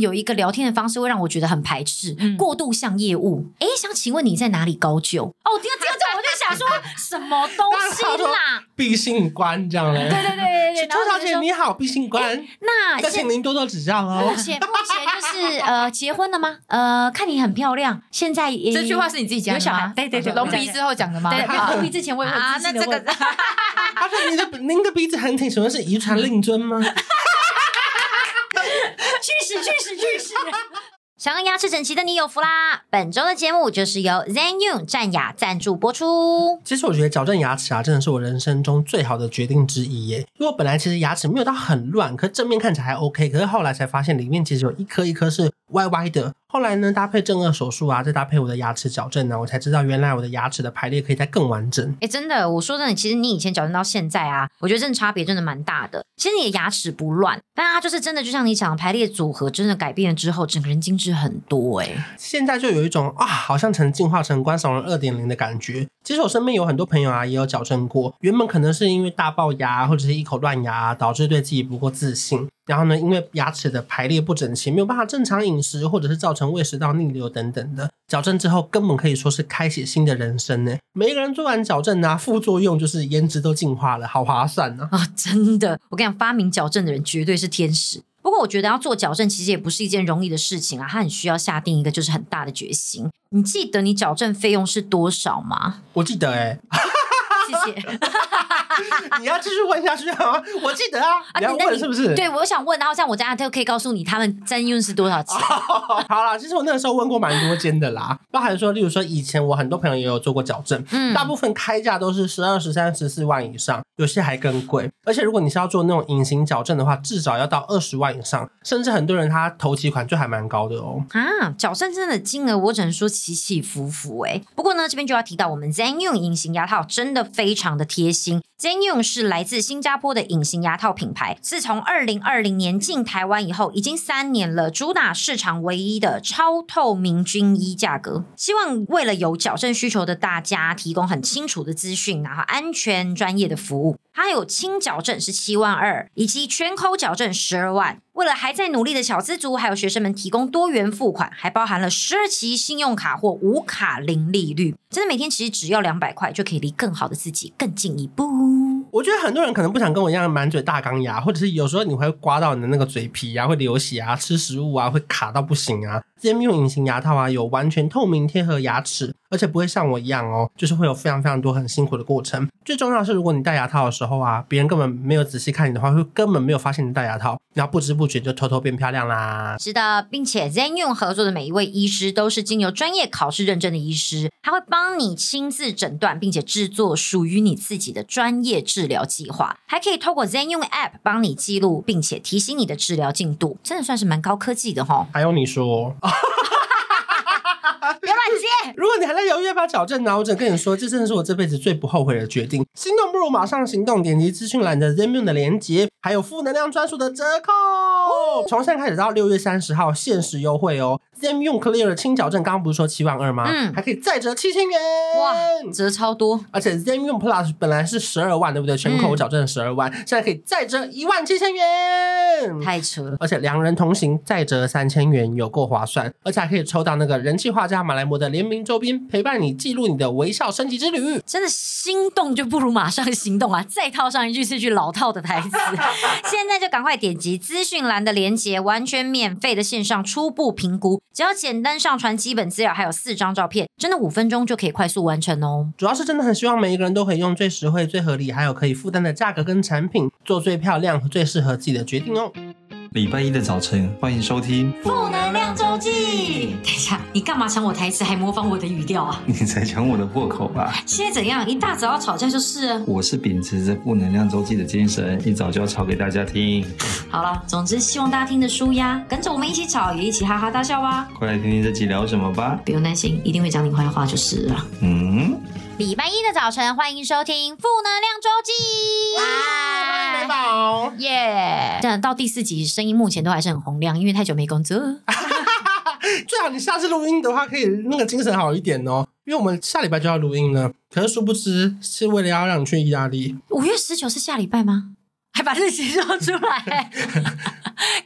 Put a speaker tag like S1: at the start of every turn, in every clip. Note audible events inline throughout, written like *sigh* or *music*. S1: 有一个聊天的方式会让我觉得很排斥，
S2: 嗯
S1: 过度像业务。哎，想请问你在哪里高就？哦，第二第二种我就想说
S2: *laughs*
S1: 什么东西啦？
S3: 毕姓关这样嘞。
S1: 对对对对
S3: *laughs*
S1: 对，然
S3: 邱
S1: 后
S3: 小
S1: 就
S3: 姐
S1: 说哎啊
S3: 你好，毕姓关，
S1: 那
S3: 再
S1: 现
S3: 请您多多指教哦喽
S1: *laughs*
S2: 哦
S1: 目。前目前就是呃结婚了吗？呃，看你很漂亮，现在也
S2: 这句话是你自己讲
S1: 有小
S2: 的
S1: 孩
S2: 吗？
S1: 对对对
S2: 隆
S1: 对
S2: 鼻之后讲的吗？
S1: 对，*laughs*
S2: 啊
S1: 录音之前我也会
S2: 啊，那这个
S3: 阿飞，您的您的鼻子很挺，请问是遗传令尊
S1: *laughs*
S3: 吗？
S1: 去死去死去 *laughs* 死！想要牙齿整齐的你有福啦！本周的节目就是由 Zenyun 战雅赞助播出。
S3: 其实我觉得矫正牙齿啊，真的是我人生中最好的决定之一耶。因为我本来其实牙齿没有到很乱，可是正面看起来还 OK，可是后来才发现里面其实有一颗一颗是歪歪的。后来呢，搭配正颚手术啊，再搭配我的牙齿矫正呢、我才知道原来我的牙齿的排列可以再更完整。
S1: 哎、真的，我说真的，其实你以前矫正到现在啊，我觉得真的差别真的蛮大的。其实你的牙齿不乱，但它就是真的，就像你讲的排列组合真的改变了之后，整个人精致很多、诶 *laughs*
S3: 现在就有一种啊，好像曾进化成观赏人二点零的感觉。其实我身边有很多朋友啊，也有矫正过，原本可能是因为大龅牙或者是一口乱牙，导致对自己不够自信。然后呢，因为牙齿的排列不整齐，没有办法正常饮食，或者是造成胃食道逆流等等的。矫正之后，根本可以说是开启新的人生呢。每一个人做完矫正啊，副作用就是颜值都进化了，好划算呢、
S1: 啊，真的，我跟你讲，发明矫正的人绝对是天使。不过我觉得要做矫正其实也不是一件容易的事情啊，它很需要下定一个就是很大的决心。你记得你矫正费用是多少吗？
S3: 我记得哎、
S1: 谢谢。
S3: 你要继续问下去啊！我记得啊，你要
S1: 那
S3: 问是不是？
S1: 对，我想问，然后这样我等下就可以告诉你他们占用是多少钱。
S3: 好啦，其实我那个时候问过蛮多间的啦，包含说，例如说以前我很多朋友也有做过矫正，
S1: 嗯
S3: 大部分开价都是十二、十三、十四万以上，有些还更贵。而且如果你是要做那种隐形矫正的话，至少要到二十万以上，甚至很多人他头期款就还蛮高的哦。
S1: 啊，矫正真的金额我只能说起起伏伏哎、不过呢，这边就要提到我们 Zenyun 隐形牙套真的非常的贴心。Zenyun 是来自新加坡的隐形牙套品牌，自从二零二零年进台湾以后，已经三年了，主打市场唯一的超透明均一价格。希望为了有矫正需求的大家，提供很清楚的资讯，然后安全专业的服务。它有轻矫正十七万二，以及全口矫正十二万。为了还在努力的小资族还有学生们提供多元付款，还包含了十二期信用卡或无卡零利率。真的每天其实只要两百块就可以离更好的自己更进一步。
S3: 我觉得很多人可能不想跟我一样满嘴大钢牙，或者是有时候你会刮到你的那个嘴皮啊，会流血啊，吃食物啊会卡到不行啊。这些用隐形牙套啊，有完全透明贴合牙齿，而且不会像我一样哦，就是会有非常非常多很辛苦的过程。最重要的是，如果你戴牙套的时候啊，别人根本没有仔细看你的话，会根本没有发现你戴牙套，然后不知不觉就偷偷变漂亮啦。
S1: 是的，并且 Zenyun 合作的每一位医师都是经由专业考试认证的医师，他会帮你亲自诊断，并且制作属于你自己的专业治疗计划，还可以透过 Zenyun App 帮你记录，并且提醒你的治疗进度，真的算是蛮高科技的吼。
S3: 还有你说，
S1: 别乱接，
S3: 如果你还在犹豫要不要矫正呢，我只能跟你说，这真的是我这辈子最不后悔的决定。心动不如马上行动，点击资讯栏的 Zemune 的链接，还有负能量专属的折扣，从现在开始到六月三十号限时优惠哦。Zemune Clear 轻矫正，刚刚不是说七万二吗？
S1: 嗯
S3: 还可以再折七千元。
S1: 哇，嗯折超多，
S3: 而且 Zemune Plus 本来是十二万，对不对？全口矫正十二万，现在可以再折一万七千元。
S1: 太扯了。
S3: 而且两人同行再折三千元，有够划算，而且还可以抽到那个人气画家马来摩的联名周边，陪伴你记录你的微笑升级之旅。
S1: 真的心动就不如马上行动啊！ *laughs* 再套上一句这句老套的台词， *laughs* 现在就赶快点击资讯栏的链接，完全免费的线上初步评估，只要简单上传基本资料，还有四张照片，真的五分钟就可以快速完成哦。
S3: 主要是真的很希望每一个人都可以用最实惠、最合理，还有可以负担的价格跟产品，做最漂亮和最适合自己的决定哦。
S1: 嗯
S4: 礼拜一的早晨，欢迎收听。 *laughs*
S1: 负能量周记，等一下，你干嘛抢我台词，还模仿我的语调啊？
S4: 你才抢我的破口吧！
S1: 现在怎样？一大早要吵架就是了。
S4: 我是秉持着负能量周记的精神，一早就要吵给大家听。
S1: 好了，总之希望大家听得舒压，跟着我们一起吵，也一起哈哈大笑吧。
S4: 快来听听这集聊什么吧。
S1: 不用担心，一定会讲你坏话就是了。
S4: 嗯，
S1: 礼拜一的早晨，欢迎收听《负能量周记》。
S3: 美宝，
S1: 嗯耶！真的到第四集，声音目前都还是很洪亮，因为太久没工作。
S3: *laughs* 最好你下次录音的话，可以那个精神好一点哦，因为我们下礼拜就要录音了。可是殊不知，是为了要让你去意大利。
S1: 五月十九是下礼拜吗？还把日期说出来，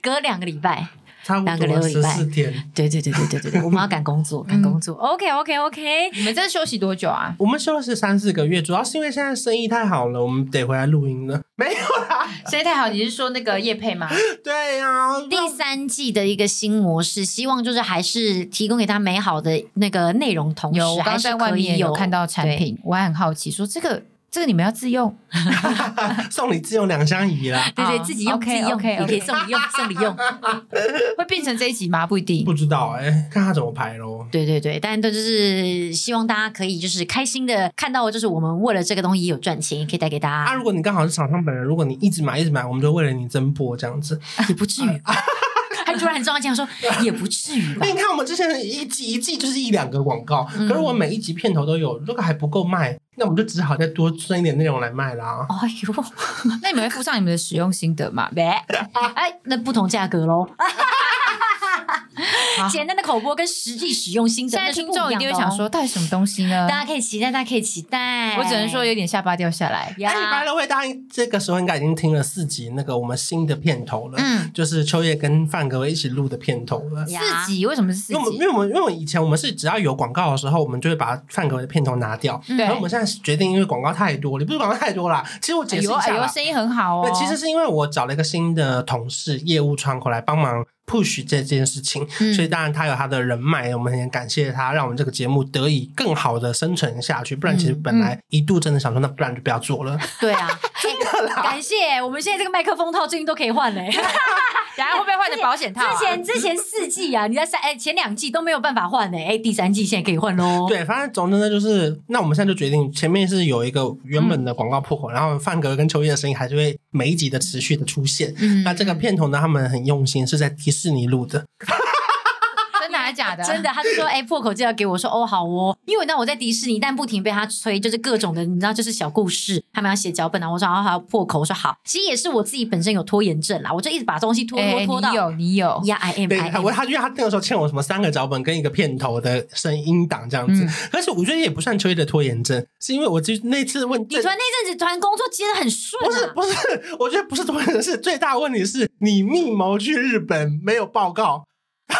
S1: 隔两个礼拜。
S3: 差不
S1: 两个
S3: 多
S1: 礼
S3: 十
S1: 拜
S3: 四天。
S1: 对对对对对对对，我们要赶工
S2: *laughs*
S1: 作，赶工
S2: 嗯
S1: 作。OK OK OK，
S2: 哦你们这休息多久啊？
S3: 我们休了是三四个月，主要是因为现在生意太好了，我们得回来录音了。没有啦，
S2: 谁太好？你是说那个叶配吗？
S3: 对啊呀、
S1: 第三季的一个新模式，希望就是还是提供给他美好的那个内容，同时
S2: 有，我刚
S1: 还
S2: 刚
S1: 是
S2: 在
S1: 可
S2: 外
S1: 以
S2: 面有看到产
S1: 对
S2: 品，我还很好奇，说这个这个你们要自用？
S3: 送你自用两相宜啦。
S1: 对对，
S2: 啊
S1: 自己用自己
S2: OK，
S1: 用，
S2: OK，OK
S1: 也可以送你用，送你用。
S2: 会变成这一集吗？不一定
S3: 不。知道哎、看他怎么排喽。
S1: 对对对，但这就是希望大家可以就是开心的看到，就是我们为了这个东西有赚钱，也可以带给大
S3: 啊，
S1: 家，
S3: 如果你刚好是厂商本人，如果你一直买一直买，我们就为了你增播这样子。
S1: 也不至于吧。他突然很重要这样说，也不至于吧
S3: 哎那？你看我们之前一季一季就是一两个广告，
S1: 嗯
S3: 可是我每一集片头都有，如果还不够卖，那我们就只好再多生一点内容来卖啦。
S1: 哎呦，
S2: 那你们会附上你们的使用心得吗？呗，
S1: 哎，那不同价格喽。
S2: 好
S1: 简单的口播跟实际使用心得，
S2: 现在
S1: 那是
S2: 听
S1: 不
S2: 众一
S1: 样
S2: 定
S1: 的
S2: 会想
S1: 哦
S2: 说，到底什么东西呢
S1: 大？家可以期待，大家可以期待。
S2: 我只能说有点下巴掉下来。
S1: 呀
S3: 哎，白了会答应，这个时候应该已经听了四集那个我们新的片头了，
S1: *laughs* 嗯
S3: 就是秋叶跟范格维一起录的片头了。
S1: 呀
S2: 四集为什么是四
S3: 因为我们，因
S2: 集？
S3: 为我们，因为我们以前我们是只要有广告的时候，我们就会把范格维的片头拿掉。
S2: 嗯对
S3: 然后我们现在决定，因为广告太多了，也不是广告太多啦。其实我解
S2: 哎
S3: 释
S2: 呦
S3: 一
S2: 哎
S3: 下
S2: 呦，
S3: 啦，
S2: 声音很好哦
S3: 那。其实是因为我找了一个新的同事，业务窗口来帮忙 push 这件事情，
S1: 嗯
S3: 所以当然他有他的人脉，我们很感谢他，让我们这个节目得以更好的生存下去。不然
S2: 嗯
S3: 其实本来一度真的想说，那不然就不要做了。
S1: 对啊，哎感谢我们现在这个麦克风套最近都可以换 *laughs* 嘞。
S2: 等下会不会换的保险套啊？
S1: 之前之前四季啊，你 *laughs* 在三哎前两季都没有办法换呢，哎第三季现在可以换
S2: 哦
S1: 喽。
S3: 对，反正总之呢，就是那我们现在就决定，前面是有一个原本
S2: 嗯
S3: 的广告破口，然后范格跟秋叶的声音还是会每一集的持续的出现。
S1: 嗯，
S3: 那这个片头呢，他们很用心，是在迪士尼录的。
S2: 真的还是假的？
S1: 真的，他就说：“哎、破口就要给我说哦，好哦，因为那我在迪士尼，但不停被他催，就是各种的，你知道，就是小故事，他们要写脚本啊。我说好好破口，我说好，其实也是我自己本身有拖延症啦，我就一直把东西拖
S2: 哎，
S1: 拖拖到
S2: 你有你有，
S1: 呀，I am
S3: 对
S1: I，
S3: 他
S1: am
S3: 我他因为他那个时候欠我什么三个脚本跟一个片头的声音档
S1: 嗯
S3: 这样子，而且我觉得也不算秋叶的拖延症，是因为我就那次问
S1: 你突然那阵子突然工作接的很顺、啊，
S3: 不是不是，我觉得不是拖延症，是最大的问题是你密谋去日本没有报告。 *laughs*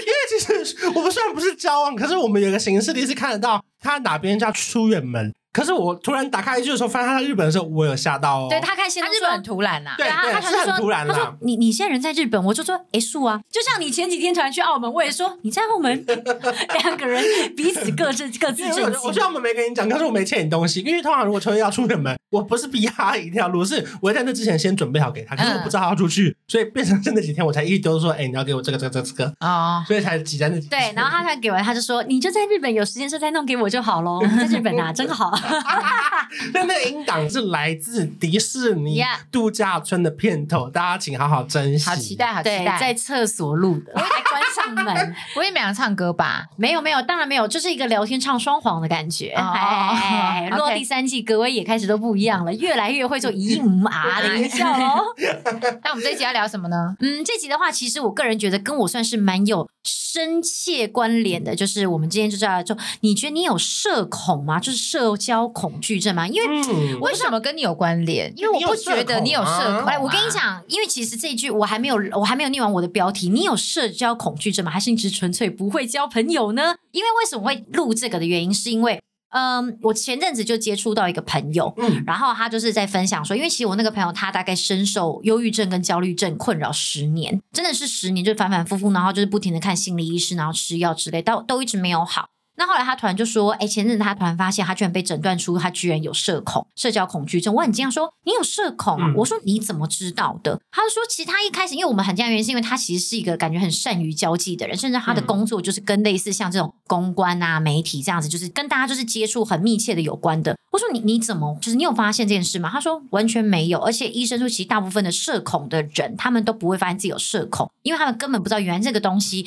S3: 因为其实我们虽然不是交往，可是我们有一个行事历是看得到他哪边叫出远门。可是我突然打开一句的时候，发现他在日本的时候，我有吓到哦。
S1: 对他看新
S2: 他
S1: 闻
S2: 日
S1: 说
S2: 本很突然呐。
S3: 对
S1: 啊，
S3: 对
S1: 他
S3: 是
S1: 突
S3: 很
S1: 然
S3: 突
S1: 说，
S3: 然
S1: 他
S3: 啦
S1: 说你你现在人在日本，我就说哎树啊，就像你前几天突然去澳门，我也说你在澳门，两个人彼此各自各自
S3: 因为
S1: 震
S3: 我
S1: 惊
S3: 我知。道我们没跟你讲，可是我没欠你东西。因为通常如果秋叶要出远门，我不是逼他一定要录，是我在那之前先准备好给他，可是
S2: 嗯
S3: 我不知道他要出去，所以变成这那几天我才一丢说，哎、你要给我这个这个这个这个，
S2: 哦，
S3: 所以才挤在那几天。
S1: 对，然后他才给完，他就说：“你就在日本有时间时候再弄给我就好喽。在日本啊，真好。
S3: 那那个音档是来自迪士尼
S1: Yeah
S3: 度假村的片头，大家请好好珍惜。
S2: 好期待，好期
S1: 对，
S2: 待。
S1: 在厕所录的，还关上门。
S2: 不会想唱歌吧？
S1: 没有没有，当然没有，就是一个聊天唱双簧的感觉。
S2: 哦
S1: 哎，
S2: OK
S1: 落第三季，格威也开始都不一样了，越来越会做一应啊的营销喽。
S2: 那我们这一集要聊什么呢？
S1: 嗯，这集的话，其实我个人觉得跟我算是蛮有深切关联的，就是我们今天就是要就你觉得你有社恐吗？就是社交恐惧症吗？因为
S3: 嗯，
S2: 为什么跟你有关联？因为我不觉得你有社恐、啊
S1: 哎，我跟你，讲，因为其实这一句我还没有，我还没有念完我的标题。你有社交恐惧症吗？还是你只是纯粹不会交朋友呢？因为为什么会录这个的原因，是因为。嗯，我前阵子就接触到一个朋友，
S3: 嗯
S1: 然后他就是在分享说，因为其实我那个朋友他大概深受忧郁症跟焦虑症困扰十年，真的是十年，就反反复复，然后就是不停的看心理医师，然后吃药之类，到都一直没有好。那后来他突然就说：“哎、前阵子他突然发现，他居然被诊断出他居然有社恐、社交恐惧症。”我很惊讶，说：“你有社恐啊？”
S3: 嗯
S1: 我说：“你怎么知道的？”他就说：“其实他一开始，因为我们很惊讶，原因是因为他其实是一个感觉很善于交际的人，甚至他的
S3: 嗯
S1: 工作就是跟类似像这种公关啊、媒体这样子，就是跟大家就是接触很密切的有关的。”我说你：“你怎么就是你有发现这件事吗？”他说：“完全没有，而且医生说，其实大部分的社恐的人，他们都不会发现自己有社恐，因为他们根本不知道原来这个东西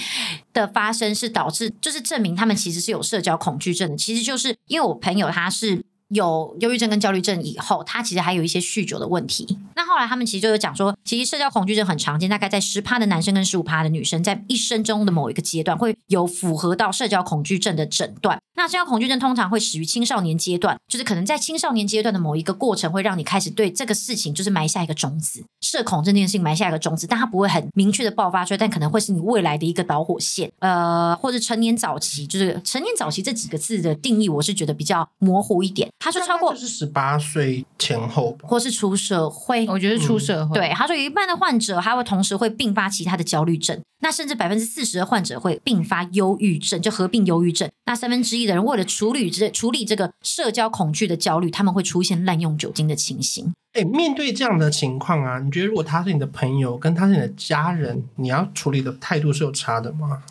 S1: 的发生是导致，就是证明他们其实是有社交恐惧症的。其实就是因为我朋友他是。有忧郁症跟焦虑症以后，他其实还有一些酗酒的问题。那后来他们其实就有讲说，其实社交恐惧症很常见，大概在十趴的男生跟十五趴的女生，在一生中的某一个阶段会有符合到社交恐惧症的诊断。那社交恐惧症通常会始于青少年阶段，就是可能在青少年阶段的某一个过程，会让你开始对这个事情就是埋下一个种子，社恐这件事情埋下一个种子，但它不会很明确的爆发出来，但可能会是你未来的一个导火线。呃，或者成年早期，就是成年早期这几个字的定义，我是觉得比较模糊一点。他说超过
S3: 是十八岁前后吧。
S1: 或是出社会，
S2: 我觉得出社会，
S1: 对，他说有一半的患者他会同时会并发其他的焦虑症，那甚至百分之四十的患者会并发忧郁症，就合并忧郁症。那三分之一的人为了处理这处理这个社交恐惧的焦虑，他们会出现滥用酒精的情形。
S3: 哎、面对这样的情况啊，你觉得如果他是你的朋友，跟他是你的家人，你要处理的态度是有差的吗？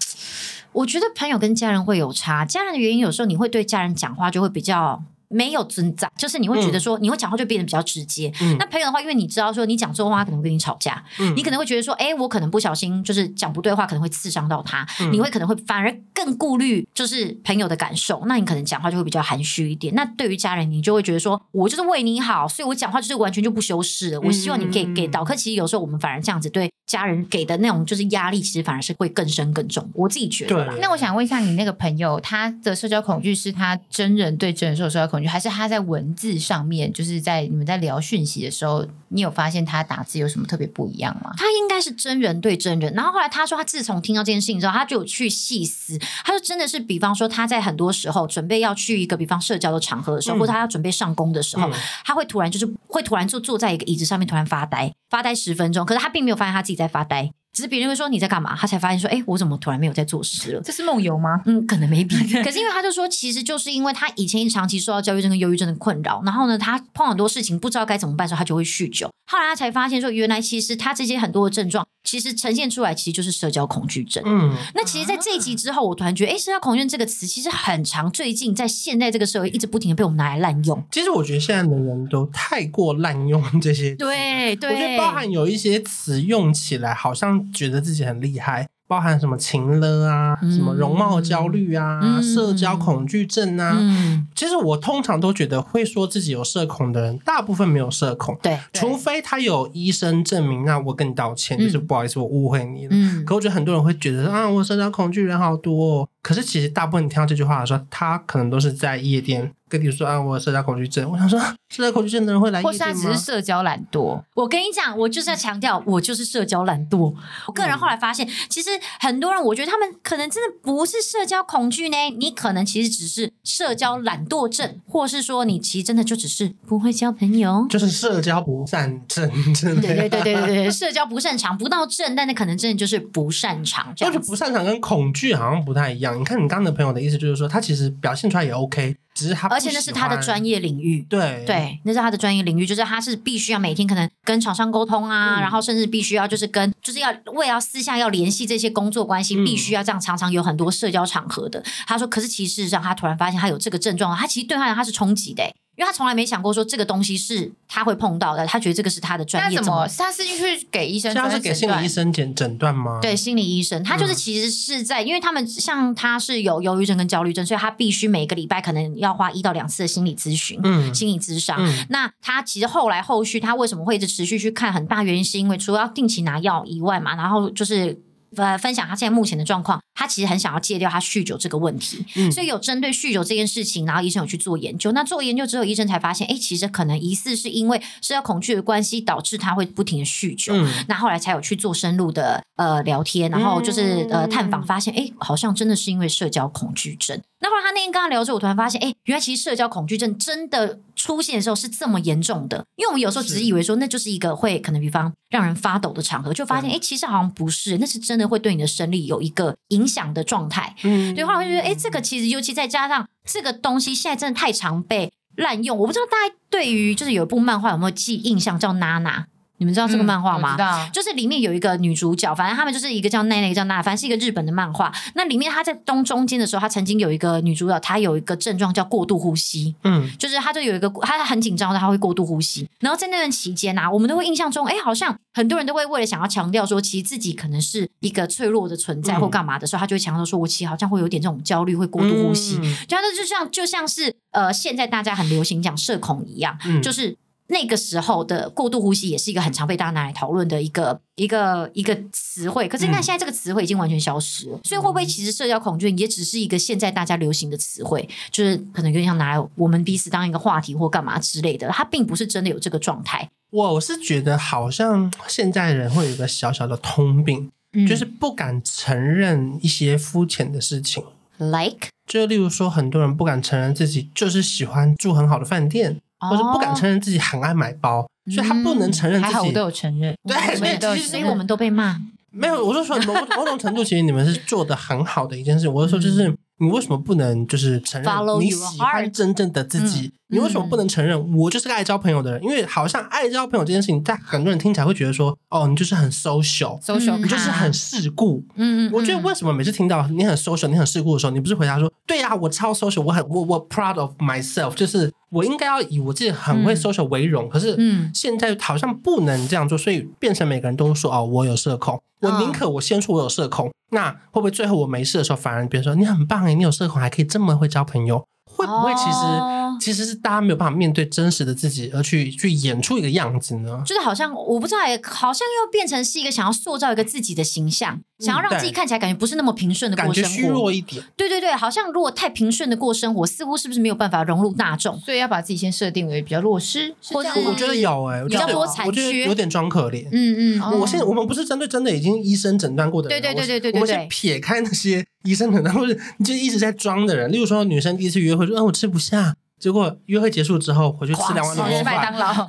S1: 我觉得朋友跟家人会有差，家人的原因有时候你会对家人讲话就会比较。没有尊在，就是你会觉得说，你会讲话就变得比较直接。
S3: 嗯
S1: 那朋友的话，因为你知道说，你讲错话他可能会跟你吵架，
S3: 嗯
S1: 你可能会觉得说，哎、我可能不小心就是讲不对话，可能会刺伤到他，
S3: 嗯
S1: 你会可能会反而更顾虑就是朋友的感受，那你可能讲话就会比较含蓄一点。那对于家人，你就会觉得说我就是为你好，所以我讲话就是完全就不修饰了。我希望你给
S3: 嗯
S1: 给到，可其实有时候我们反而这样子对家人给的那种就是压力，其实反而是会更深更重。我自己觉得啦，
S3: 对
S2: 那我想问一下，你那个朋友他的社交恐惧是他真人对真人说的社交恐惧，还是他在文字上面，就是在你们在聊讯息的时候，你有发现他打字有什么特别不一样吗？
S1: 他应该是真人对真人。然后后来他说，他自从听到这件事情之后，他就有去细思。他说，真的是，比方说他在很多时候准备要去一个比方社交的场合的时候，
S3: 嗯
S1: 或者他要准备上工的时候，
S3: 嗯
S1: 他会突然就是会突然就坐在一个椅子上面，突然发呆，发呆十分钟。可是他并没有发现他自己在发呆，只是别人会说你在干嘛，他才发现说，哎，我怎么突然没有在做事了？
S2: 这是梦游吗？
S1: 嗯，可能 maybe。可是 *laughs* 因为他就说，其实就是因为他以前长期受到焦虑症跟忧郁症的困扰，然后呢，他碰很多事情不知道该怎么办的时候，他就会酗酒。后来他才发现说，原来其实他这些很多的症状，其实呈现出来其实就是社交恐惧症。
S3: 嗯，
S1: 那其实，在这一集之后，我突然觉得，哎，社交恐惧症这个词其实很长，最近在现在这个社会一直不停的被我们拿来滥用。
S3: 其实我觉得现在的人都太过滥用这些词
S1: 对对，
S3: 我觉得包含有一些词用起来，好像觉得自己很厉害，包含什么情了啊，
S1: 嗯
S3: 什么容貌焦虑啊，
S1: 嗯
S3: 社交恐惧症啊。
S1: 嗯，
S3: 其实我通常都觉得会说自己有社恐的人，大部分没有社恐，
S1: 对，
S2: 对
S3: 除非他有医生证明，那我跟你道歉，
S1: 嗯
S3: 就是不好意思，我误会你了。
S1: 嗯，
S3: 可我觉得很多人会觉得啊，我社交恐惧人好多、哦。可是其实大部分你听到这句话的时候，他可能都是在夜店跟你说啊，我有社交恐惧症。我想说，社交恐惧症的人会来夜
S2: 或是
S3: 店
S2: 他
S3: 吗？
S2: 只是社交懒惰？
S1: 我跟你讲，我就是要强调，我就是社交懒惰。我个
S3: 嗯
S1: 人后来发现，其实很多人，我觉得他们可能真的不是社交恐惧呢，你可能其实只是社交懒惰症，或是说你其实真的就只是不会交朋友。
S3: 就是社交不善症之
S1: 对对
S3: 类的，
S1: 对对对对，社交不擅长，不到症，但那可能真的就是不擅长
S3: *laughs*
S1: 这
S3: 就是
S1: 样子。
S3: 不擅长跟恐惧好像不太一样。你看你刚刚的朋友的意思就是说，他其实表现出来也 OK，只是他
S1: 而且那是他的专
S3: 业，
S1: 业领域。
S3: 对，
S1: 对，那是他的专业领域，就是他是必须要每天可能跟厂商沟通啊，
S3: 嗯
S1: 然后甚至必须要就是跟就是要为要私下要联系这些工作关系，
S3: 嗯
S1: 必须要这样常常有很多社交场合的。他说，可是其实事实上他突然发现他有这个症状，他其实对他来讲他是冲击的、欸因为他从来没想过说这个东西是他会碰到的，他觉得这个是他的专
S2: 那
S1: 业。
S2: 怎么？他是去给医生
S3: 这样是
S2: 专
S3: 给
S2: 业
S3: 心
S2: 诊
S3: 理
S2: 断
S3: 医？生诊诊断吗？
S1: 对，心理医生，他就是其实是在，因为他们像他是有忧郁症跟焦虑症，所以他必须每个礼拜可能要花一到两次的心理咨询、
S3: 嗯，
S1: 心理咨商。 *laughs*
S3: 嗯
S1: 那他其实后来后续他为什么会一直持续去看，很大原因是因为除了要定期拿药以外嘛，然后就是。呃，分享他现在目前的状况，他其实很想要戒掉他酗酒这个问题，
S3: 嗯
S1: 所以有针对酗酒这件事情，然后医生有去做研究。那做研究之后，医生才发现，哎，其实可能疑似是因为社交恐惧的关系，导致他会不停的酗酒。
S3: 嗯，
S1: 那后来才有去做深入的呃聊天，然后就是、呃探
S3: 嗯
S1: 访，发现哎，诶好像真的是因为社交恐惧症。那后来他那天跟他聊着，我突然发现，哎，原来其实社交恐惧症真的出现的时候是这么严重的，因为我们有时候只
S3: 是
S1: 以为说那就是一个会可能比方让人发抖的场合，就发现哎，
S3: 对
S1: 诶其实好像不是，那是真的会对你的生理有一个影响的状态。
S3: 嗯
S1: 对，后来我就觉得，哎，这个其实尤其再加上这个东西现在真的太常被滥用，我不知道大家对于就是有一部漫画有没有记印象叫娜娜。你们知道这个
S2: 嗯
S1: 漫画
S2: 我
S1: 吗
S2: 知？道，
S1: 就是里面有一个女主角，反正他们就是一个叫奈奈，一个叫娜，反正是一个日本的漫画。那里面她在东中间的时候，她曾经有一个女主角，她有一个症状叫过度呼吸，
S3: 嗯，
S1: 就是她就有一个她很紧张，她会过度呼吸。然后在那段期间啊，我们都会印象中，哎，好像很多人都会为了想要强调说，其实自己可能是一个脆弱的存在
S3: 嗯
S1: 或干嘛的时候，她就会强调说，我其实好像会有点这种焦虑，会过度呼吸。
S3: 嗯，
S1: 就它就像就像是呃，现在大家很流行讲社恐一样，
S3: 嗯
S1: 就是那个时候的过度呼吸也是一个很常被大家拿来讨论的一个一个一个词汇。可是那
S3: 嗯
S1: 现在这个词汇已经完全消失了，所以会不会其实社交恐惧也只是一个现在大家流行的词汇，就是可能有点像拿来我们彼此当一个话题或干嘛之类的，它并不是真的有这个状态。
S3: 我是觉得好像现在人会有一个小小的通病，
S2: 嗯
S3: 就是不敢承认一些肤浅的事情。
S1: Like，
S3: 就例如说，很多人不敢承认自己就是喜欢住很好的饭店，或
S1: 我
S3: 是不敢承认自己很爱买包，所以他不能承认自
S2: 哦嗯还好我
S3: 己
S2: 都有承认，
S3: 对
S2: 嗯我们也都有
S3: 嗯其实
S2: 承
S1: 所以
S2: 认
S1: 我们都被骂。
S3: 没有。我是说某某种程度，其实你们是做的很好的一件事。我是说，就是你为什么不能就是承认
S1: Follow
S3: 你
S1: your
S3: 喜欢
S1: heart 嗯
S3: 真正的自己？你为什么不能承认我就是个爱交朋友的人？因为好像爱交朋友这件事情，在很多人听起来会觉得说，哦，你就是很 social，
S2: social，啊
S1: 嗯
S3: 你就是
S2: 咖
S3: 很世故。
S1: 嗯
S3: 我觉得为什么每次听到你很 social、你很世故的时候，你不是回答说“对啊，我超 social，我很我我 proud of myself”，就是我应该要以我自己很会
S2: 嗯
S3: social 为荣。可是
S1: 嗯
S3: 现在好像不能这样做，所以变成每个人都说“哦，我有社恐”，我
S1: 嗯
S3: 宁可我先说我有社恐，那会不会最后我没事的时候，反而别人说“你很棒诶，欸你有社恐还可以这么会交朋友”，会不会其实、
S1: 哦
S3: 其实是大家没有办法面对真实的自己，而去去演出一个样子呢？
S1: 就是好像我不知道欸，好像又变成是一个想要塑造一个自己的形象，想要让
S3: 对
S1: 自己看起来感觉不是那么平顺的
S3: 感
S1: 过
S3: 觉
S1: 生
S3: 虚
S1: 活。
S3: 弱一点。
S1: 对对对，好像如果太平顺的过生活，似乎是不是没有办法融入大众？
S2: 所以要把自己先设定为比较弱势，是
S1: 或
S2: 这样
S1: 是
S2: 吗
S3: 我觉得有哎、我
S1: 嗯比
S3: 觉
S1: 较
S3: 得
S1: 多才
S3: 我觉得
S1: 缺
S3: 有点装可怜。
S1: 嗯嗯，
S2: 哦
S3: 我现在我们不是针对真的已经医生诊断过的人哦，
S1: 对对对对对对
S3: 我们
S1: 对
S3: 我们先撇开那些医生诊断或者你就一直在装的人，例如说女生第一次约会说，嗯，我吃不下，结果约会结束之后回去吃两碗
S1: 狂
S3: 卤
S1: 吃
S3: 肉
S2: 麦
S3: 饭，
S2: 当劳，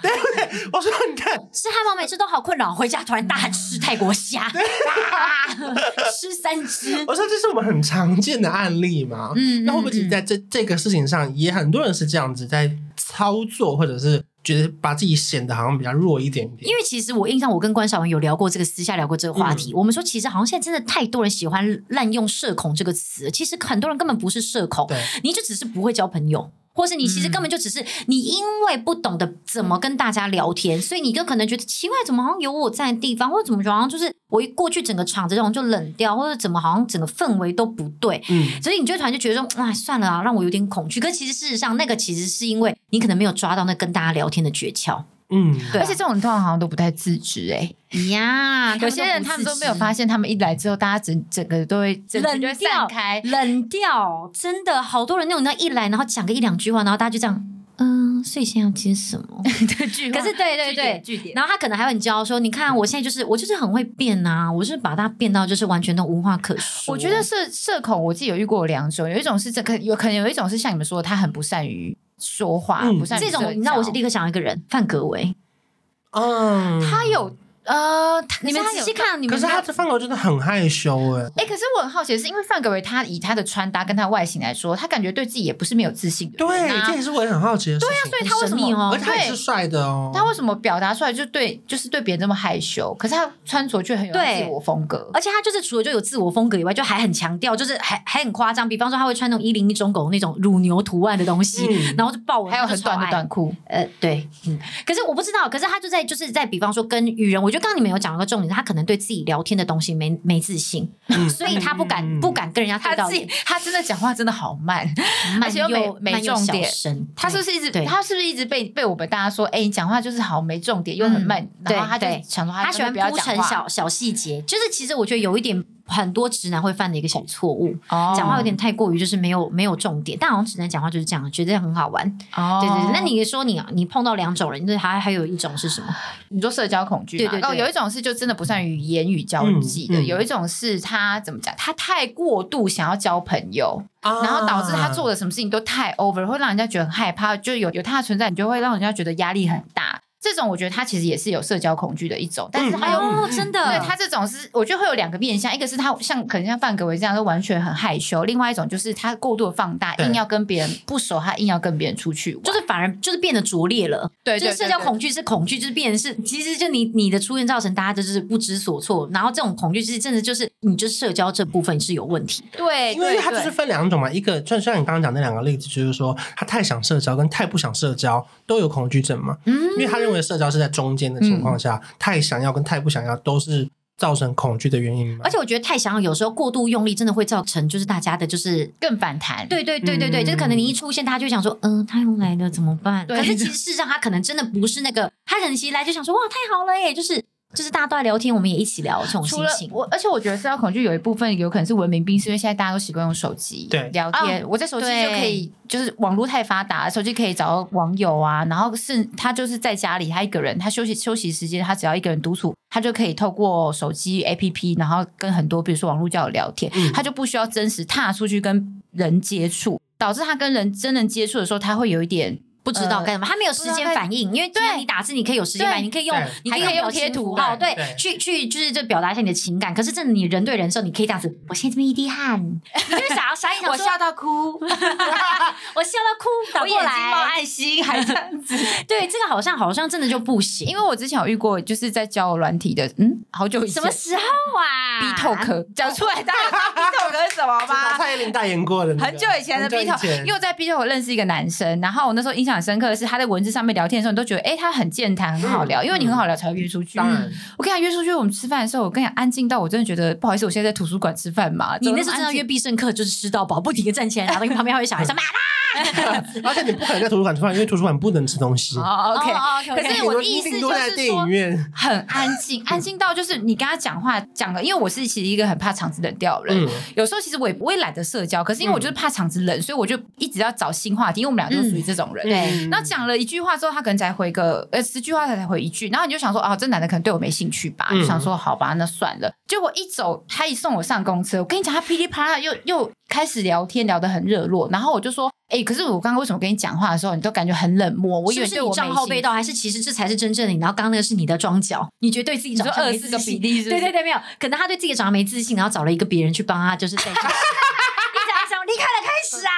S3: 我说你看，
S1: *laughs* 吃汉堡每次都好困扰，回家突然大吃泰国虾，
S3: *laughs*
S1: 啊 *laughs* 吃三只。
S3: 我说这是我们很常见的案例嘛，
S1: 嗯，
S3: 那会不
S1: 嗯
S3: 会其实
S1: 嗯
S3: 在这这个事情上，也很多人是这样子在操作，或者是觉得把自己显得好像比较弱一点点
S1: 因，为其实我印象，我跟关少文有聊过这个，私下聊过这个话
S3: 嗯
S1: 题。我们说，其实好像现在真的太多人喜欢滥用“社恐”这个词，其实很多人根本不是社恐，
S3: 对，
S1: 你就只是不会交朋友，或是你其实根本就只是、你因为不懂得怎么跟大家聊天，所以你就可能觉得奇怪，怎么好像有我在的地方，或者怎么好像就是我一过去整个场子这种就冷掉，或者怎么好像整个氛围都不对。
S3: 嗯。
S1: 所以你就突然就觉得说，哎，算了啊，让我有点恐惧。可其实事实上，那个其实是因为你可能没有抓到那跟大家聊天的诀窍。
S3: 嗯，
S1: 对啊
S2: 而且这种人通常好像都不太自知哎、
S1: 呀，
S2: 有些人啊他们都没有发
S1: 现。
S2: 现，他们一来之后，大家整整个都会整
S1: 冷
S2: 个就
S1: 掉
S2: 会散 *laughs* 开。
S1: 冷掉，真的好多人那种，那一来然后讲个一两句话，然后大家就这样，嗯，所以现在要接什么？
S2: 对句
S1: 可是对对对，
S2: 据点
S1: 然后他可能还会很骄傲说：“你看，我现在就是我就是很会变呐、我就是把它变到就是完全都无话可说。”
S2: 我觉得社社恐，我自己有遇过两种，有一种是这可有可能有一种是像你们说的，他很不善于说话，
S3: 嗯
S2: 不善于
S1: 这
S2: 社交
S1: 种，你知道，我立刻想到一个人，范格维，
S3: 嗯，
S2: 他有呃，
S1: 你们
S2: 可是
S1: 仔
S2: 他
S1: 细
S2: 有。
S1: 看，你
S3: 可
S1: 们
S3: 是他这范狗真的很害羞哎、
S2: 哎、可是我很好奇的是，因为范格维他以他的穿搭跟他外形来说，他感觉对自己也不是没有自信的
S3: 对
S2: 人，啊
S3: 这也是我也很好奇的事情。对呀、所
S2: 所以他为什
S1: 很神秘
S2: 么？
S1: 哦
S3: 而且他也是
S2: 对
S3: 帅的哦。
S2: 他为什么表达出来就对，就是对别人这么害羞？可是他穿着却很有他
S1: 对
S2: 自我风格，
S1: 而且他就是除了就有自我风格以外，就还很强调，就是还还很夸张。比方说，他会穿那种一零一中狗那种乳牛图案的东西，
S3: 嗯
S1: 然后就豹纹，
S2: 还有很短的
S1: 短。
S2: 短裤。
S1: 呃，对，嗯，可是我不知道，可是他就在就是在，比方说跟与人，我觉得刚刚你们有讲到一个重点，他可能对自己聊天的东西没没自信，
S3: 嗯
S1: 所以他不敢
S3: 嗯
S1: 不敢跟人家对
S2: 他
S1: 到
S2: 自己
S1: 眼，
S2: 他真的讲话真的好
S1: *laughs*
S2: 慢，
S1: 慢
S2: 而且又没
S1: 又
S2: 没
S1: 慢又
S2: 重
S1: 小
S2: 点
S1: 声
S2: 他是
S1: 对
S2: 不是一直
S1: 对
S2: 他是不是一直被被我们大家说，哎、你讲话就是好没重点，又很慢，
S1: 嗯对
S2: 然后他就
S1: 对
S2: 想说
S1: 他喜
S2: 根本
S1: 欢
S2: 不要
S1: 铺
S2: 讲
S1: 陈
S2: 话，
S1: 小小细节，就是其实我觉得有一点很多直男会犯的一个小错误，
S2: 哦
S1: 讲话有点太过于就是没有没有重点，但好像直男讲话就是这样，觉得很好玩。
S2: 哦
S1: 对对对，那你说你啊你碰到两种人，那还还有一种是什么？
S2: 你说社交恐惧嘛，
S1: 对对对
S2: 哦，有一种是就真的不善于言语交际的，
S3: 嗯嗯
S2: 有一种是他怎么讲，他太过度想要交朋友，
S3: 啊
S2: 然后导致他做的什么事情都太 over，会让人家觉得很害怕，就有有他的存在，你就会让人家觉得压力很大。这种我觉得他其实也是有社交恐惧的一种，但
S3: 嗯哎
S2: 是他又。
S1: 哦，真
S2: 嗯对
S1: 的，
S2: 他这种是，我觉得会有两个面向，一个是他像可能像范格维这样，他完全很害羞；，另外一种就是他过度的放大，
S3: 对
S2: 硬要跟别人不熟，他硬要跟别人出去玩，
S1: 就是反而就是变得拙劣了。
S2: 对
S1: 就是社交恐惧是恐惧，就是变成是，其实就你你的出现造成大家就是不知所措，然后这种恐惧是真的就是你就是社交这部分是有问题的。
S2: 对，
S3: 因为
S2: 对
S3: 它就
S2: 对
S3: 是分两种嘛，一个就像你刚刚讲那两个例子，就是说他太想社交跟太不想社交都有恐惧症嘛，
S1: 嗯
S3: 因为他认为社交是在中间的情况下，
S2: 嗯
S3: 太想要跟太不想要都是造成恐惧的原因嘛。
S1: 而且我觉得太想要，有时候过度用力，真的会造成就是大家的就是。
S2: 更反弹，
S1: 对对对对对，
S3: 嗯
S1: 就是可能你一出现，大家就想说，嗯，他又来了怎么办？
S2: 对
S1: 可
S2: *laughs*
S1: 是其实事实上，他可能真的不是那个，他可能其实来就想说，哇，太好了耶，就是就是大家都在聊天，我们也一起聊这种心
S2: 除了
S1: 情。
S2: 我，而且我觉得社交恐惧有一部分有可能是文明病，是因为现在大家都习惯用手机
S3: 对
S2: 聊天。
S1: 啊
S2: 我在手机就可以，就是网络太发达，手机可以找到网友啊。然后是他就是在家里，他一个人，他休息休息时间，他只要一个人独处，他就可以透过手机 APP，然后跟很多比如说网络交友聊天，
S3: 嗯
S2: 他就不需要真实踏出去跟人接触，导致他跟人真人接触的时候，他会有一点
S1: 不知
S2: 呃
S1: 道干嘛，他没有时间反应，因为既然你打字，你可以有时间反应，
S2: 对
S1: 你可以用
S3: 对，
S1: 你可以
S2: 还可以用
S1: 表情
S2: 贴图
S1: 符号，
S2: 对
S1: 对，
S3: 对
S1: 去去就是就表达一下你的情感。可是真的你人对人的时候，你可以这样子，我现在这么一滴
S2: *laughs*
S1: 汗，你就傻傻一想说，
S2: 到哭， *laughs*
S1: 我笑到哭，倒
S2: 我
S1: 过
S2: 眼睛冒
S1: 来，
S2: 爱心，还这样子。
S1: *laughs* 对，这个好像好像真的就不行，
S2: 因为我之前有遇过，就是在交友软体的，嗯，好久以
S1: 什
S2: 前
S1: 么时候啊
S2: B *laughs* Talk 讲出来，大家知道 B Talk 是什么
S3: 知道
S2: 吗？
S3: 蔡依林代言过的那个、
S2: 很久以前的 B
S3: 很久
S2: Talk，因为我在 B Talk 认识一个男生，然后我那时候印象很深刻的是，他在文字上面聊天的时候，你都觉得哎、诶他很健谈，很好聊，因为你很好聊才会约出去。
S3: 当然，
S2: 我跟他约出去，我们吃饭的时候，我跟你讲安静到我真的觉得不好意思，我现在在图书馆吃饭嘛。
S1: 你那时
S2: 怎
S1: 候
S2: 么
S1: 真的
S2: 安静
S1: 约必胜客，就是吃到饱，不停的站起来，然后跟旁边还有小孩
S2: *laughs*
S1: 说妈啦
S3: 而且你不可能在图书馆吃饭，因为图书馆不能吃东西。
S2: 哦，OK，
S1: 哦，OK，OK
S2: 可
S3: 你
S2: 是
S3: *laughs* 都
S2: 我的
S3: 你
S2: 意思
S3: 顶
S2: 就
S3: 多在
S2: 是
S3: 电
S2: 说
S3: 影，院，
S2: 很安 *laughs* 静，安静到就是你跟他讲话讲了，因为我是其实一个很怕场子冷掉的人，
S3: 嗯，
S2: 有时候其实我也我也懒得社交，可是因为我就是怕场子冷，所以我就一直要找新话题，因为我们俩都属于这种人。
S1: 对
S3: 嗯
S2: 那讲了一句话之后，他可能才回个呃十句话才才回一句，然后你就想说哦，这男的可能对我没兴趣吧，
S3: 嗯
S2: 就想说好吧，那算了。结果一走，他一送我上公车，我跟你讲，他噼里啪啦又又开始聊天，聊得很热络。然后我就说，哎、可是我刚刚为什么跟你讲话的时候，你都感觉很冷漠？我以
S1: 是
S2: 为
S1: 不
S2: 你
S1: 是
S2: 对我
S1: 你
S2: 没
S1: 账号
S2: 兴趣
S1: 被盗，还是其实这才是真正的你？然后刚刚那个是你的装脚，你觉得对自己
S2: 你
S1: 长
S2: 说
S1: 相
S2: 二
S1: 没
S2: 十四
S1: 自
S2: 个
S1: 信
S2: 比？例是不
S1: 对
S2: 是？
S1: 对对，没有，可能他对自己长得没自信，然后找了一个别人去帮他，就是在 *laughs* 一直在从离开了开 *laughs* 始啊。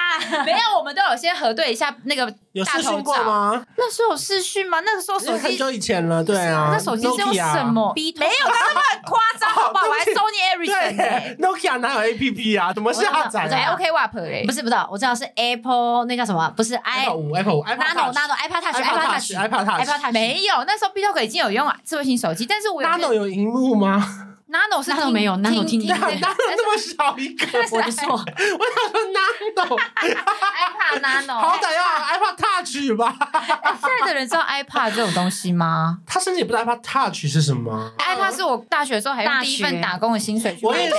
S2: 没有，我们都有先核对一下那个
S3: 有
S2: 大
S3: 试
S2: 头
S3: 训过
S2: 照。
S3: 吗？
S2: 那时候有视讯吗？那个时候
S3: 因
S2: 手
S3: 为很
S2: 机
S3: 久以前了，对啊。
S2: 那手机是用
S3: Nokia
S2: 什？么？
S1: B
S2: 没有，刚刚很夸张，好不好？
S3: 哦
S2: 我还
S3: 对不
S2: Sony Ericsson
S3: 对
S2: 呢，
S3: ，Nokia 哪有 APP 啊？怎么下载
S1: 我知道欸
S2: 还
S1: 我
S3: 啊？
S2: OK Wap 嘞
S1: 不，是不知道，我知道是 Apple 那叫什么，不是 i
S3: Apple 五，Apple 五
S1: Nano 哎 Nano iPad Touch
S3: 哎 Touch，
S1: iPad Touch
S3: iPad Touch
S1: iPad Touch
S2: 没有，那时候 B Talk 已经有用啊智慧型手机，但是我有
S3: Nano 有荧幕吗？
S2: Nano 是
S1: Nano
S2: 听
S1: 没有，Nano 听
S2: 听
S1: 对
S3: 那
S1: 对
S2: 那
S1: 对啊
S2: 个
S3: *laughs* 哪有那么小一
S1: *laughs*
S3: 个？我
S1: 我的错，
S3: 想说 Nano，
S2: iPad Nano，
S3: 好歹要 iPad Touch 吧？
S2: 哎现在的人知道 iPad 这种东西
S3: *laughs*
S2: 吗
S3: 他甚至也不知道 iPad Touch 是什么。
S2: ？iPad 是我大学的时候还用
S1: 大
S2: 第一
S1: 学
S2: 份打工的薪水去
S3: 我
S2: 买
S3: 也
S2: 的，
S3: 是，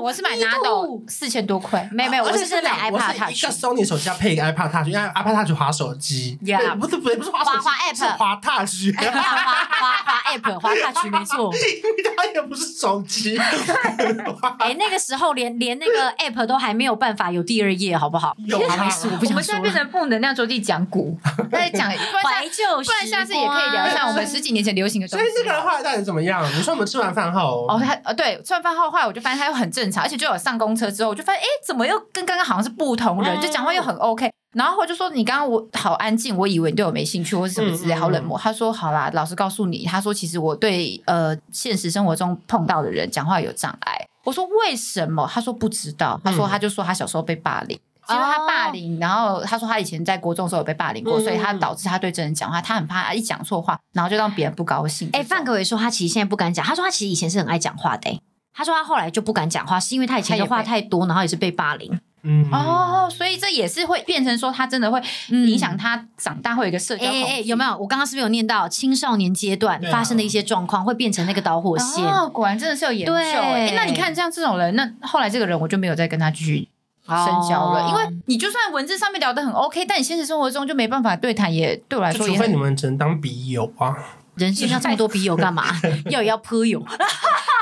S2: 我是买
S1: 迷路
S2: Nano 四千多块，
S1: 没有没有，
S3: 而
S1: 我
S3: 且
S1: 是真的
S3: 两
S1: 买
S3: 我是
S1: iPad
S3: 一个
S1: Touch。
S3: Sony 手机要配一个 iPad Touch，因为 iPad Touch 滑手机
S1: Yeah
S3: 对不是不是不是滑手机，
S1: 滑滑 app
S3: 是滑
S1: *laughs*
S3: Touch。 *laughs*
S1: 滑滑滑滑 App 滑 Touch 没错，
S3: 因为它也不是手机， *laughs*
S1: *laughs* 哎、那个时候连连那个 App 都还没有办法有第二页，好不 *laughs* 好？
S3: 有啊
S1: 没事，我不
S2: 我
S1: 想
S2: 们现在
S1: 说
S2: 变
S1: 了。
S2: 成负能量周记讲股， *laughs* 在讲，不然下
S1: 怀旧时
S2: 不然下次也可以聊一下我们十几年前流行的东
S3: 所
S2: 西
S3: 以。这个人
S1: 啊
S3: 后来到底怎么样？你说我们吃完饭后，
S2: 哦，他呃，对，吃完饭后，后来我就发现他又很正常，而且就有上公车之后，我就发现，哎，怎么又跟刚刚好像是不同人，
S1: 嗯
S2: 就讲话又很
S3: 哦
S2: OK。然后我就说你刚刚我好安静，我以为你对我没兴趣或是什么之类，
S3: 嗯嗯
S2: 好冷漠。他说好啦，老实告诉你，他说其实我对呃现实生活中碰到的人讲话有障碍。我说为什么？他说不知道。他说
S3: 嗯
S2: 他就说他小时候被霸凌，
S1: 哦
S2: 因为他霸凌，然后他说他以前在国中的时候有被霸凌过，
S3: 嗯
S2: 所以他导致他对这人讲话，他很怕一讲错话，然后就让别人不高兴。
S1: 哎、范可伟说他其实现在不敢讲，他说他其实以前是很爱讲话的、欸他说他后来就不敢讲话，是因为他以前的话太多，然后也是被霸凌。
S3: 嗯，
S2: 哦，所以这也是会变成说，他真的会
S1: 嗯
S2: 影响他长大，会有一个社
S1: 哎
S2: 交恐
S1: 哎、
S2: 惧
S1: 欸有没有？我刚刚是不是有念到青少年阶段
S3: 对啊
S1: 发生的一些状况，会变成那个导火线？
S2: 哦，果然真的是有研究
S1: 对
S2: 哎、诶那你看像这种人，那后来这个人我就没有再跟他继续深交了，
S1: 哦
S2: 因为你就算文字上面聊得很 OK，但你现实生活中就没办法对谈也，对我来
S3: 就
S2: 说
S3: 除
S2: 也
S3: 非
S2: 很
S3: 你们只能当笔友啊，
S1: *laughs* 人生要这么多笔友干嘛？要也要颇友，
S2: *laughs*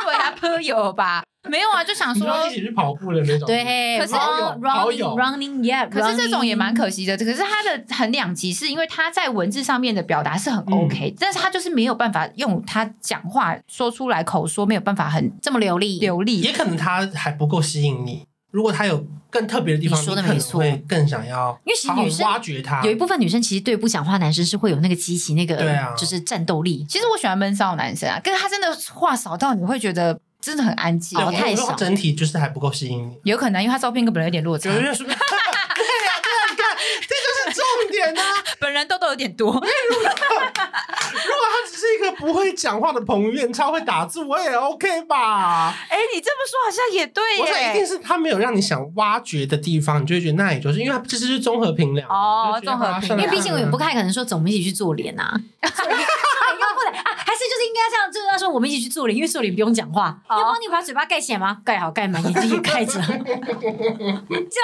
S2: 对啊，喝友吧？没有啊，就想
S5: 你
S2: 说
S5: 说，一起去跑步的那种，，
S1: 对，
S2: 可是
S5: 好友
S1: running
S5: 好友
S1: running yeah，
S2: 可是这种也
S1: running
S2: 蛮可惜的。可是他的很两极，是因为他在文字上面的表达是很
S3: 嗯
S2: OK，、但是他就是没有办法用他讲话说出来口说，没有办法很
S1: 这么流利，
S2: 流利
S3: 也。可能他还不够吸引你。如果他有更特别的地方，
S1: 你说的
S3: 可能
S1: 没错
S3: 会更想要
S1: 因为其实
S3: 好好
S1: 女生
S3: 挖掘他。
S1: 有一部分女生其实对不讲话男生是会有那个激起那个，
S3: 啊
S1: 呃
S3: 对啊
S1: 就是战斗力。
S2: 其实我喜欢闷骚男生啊，可是他真的话少到你会觉得真的很安静，
S3: 对
S1: 哦
S3: 我
S1: 太
S3: 我说
S1: 少
S3: 整体就是还不够
S1: *laughs*
S3: 吸引你。
S2: 有可能因为他照片跟本人有点落差
S3: 有，人说，对呀、 *laughs* 对呀、你看，这就是重点啊！
S2: 本人痘痘有点多。
S3: 如果他只是一个不会讲话的彭于晏，超会打字，我也 OK 吧？
S2: 哎、你这么说好像也对
S3: 我想一定是他没有让你想挖掘的地方，你就会觉得那也就是因为它这就是综合评量
S2: 哦
S3: 你就觉得
S2: 综合
S3: 啊
S2: 评
S3: 算
S1: *laughs* 因
S3: 了
S1: 为毕竟我也不
S3: 算
S1: 太可能说，走，我们一起去做脸
S3: *laughs*
S1: 啊，做脸哎又不能啊，还是就是应该这样，就是他说我们一起去做脸，因为做脸不用讲话，
S2: 哦
S1: 要帮你把嘴巴盖起来吗？盖好盖满，眼睛也盖
S3: *laughs*
S1: 着，这样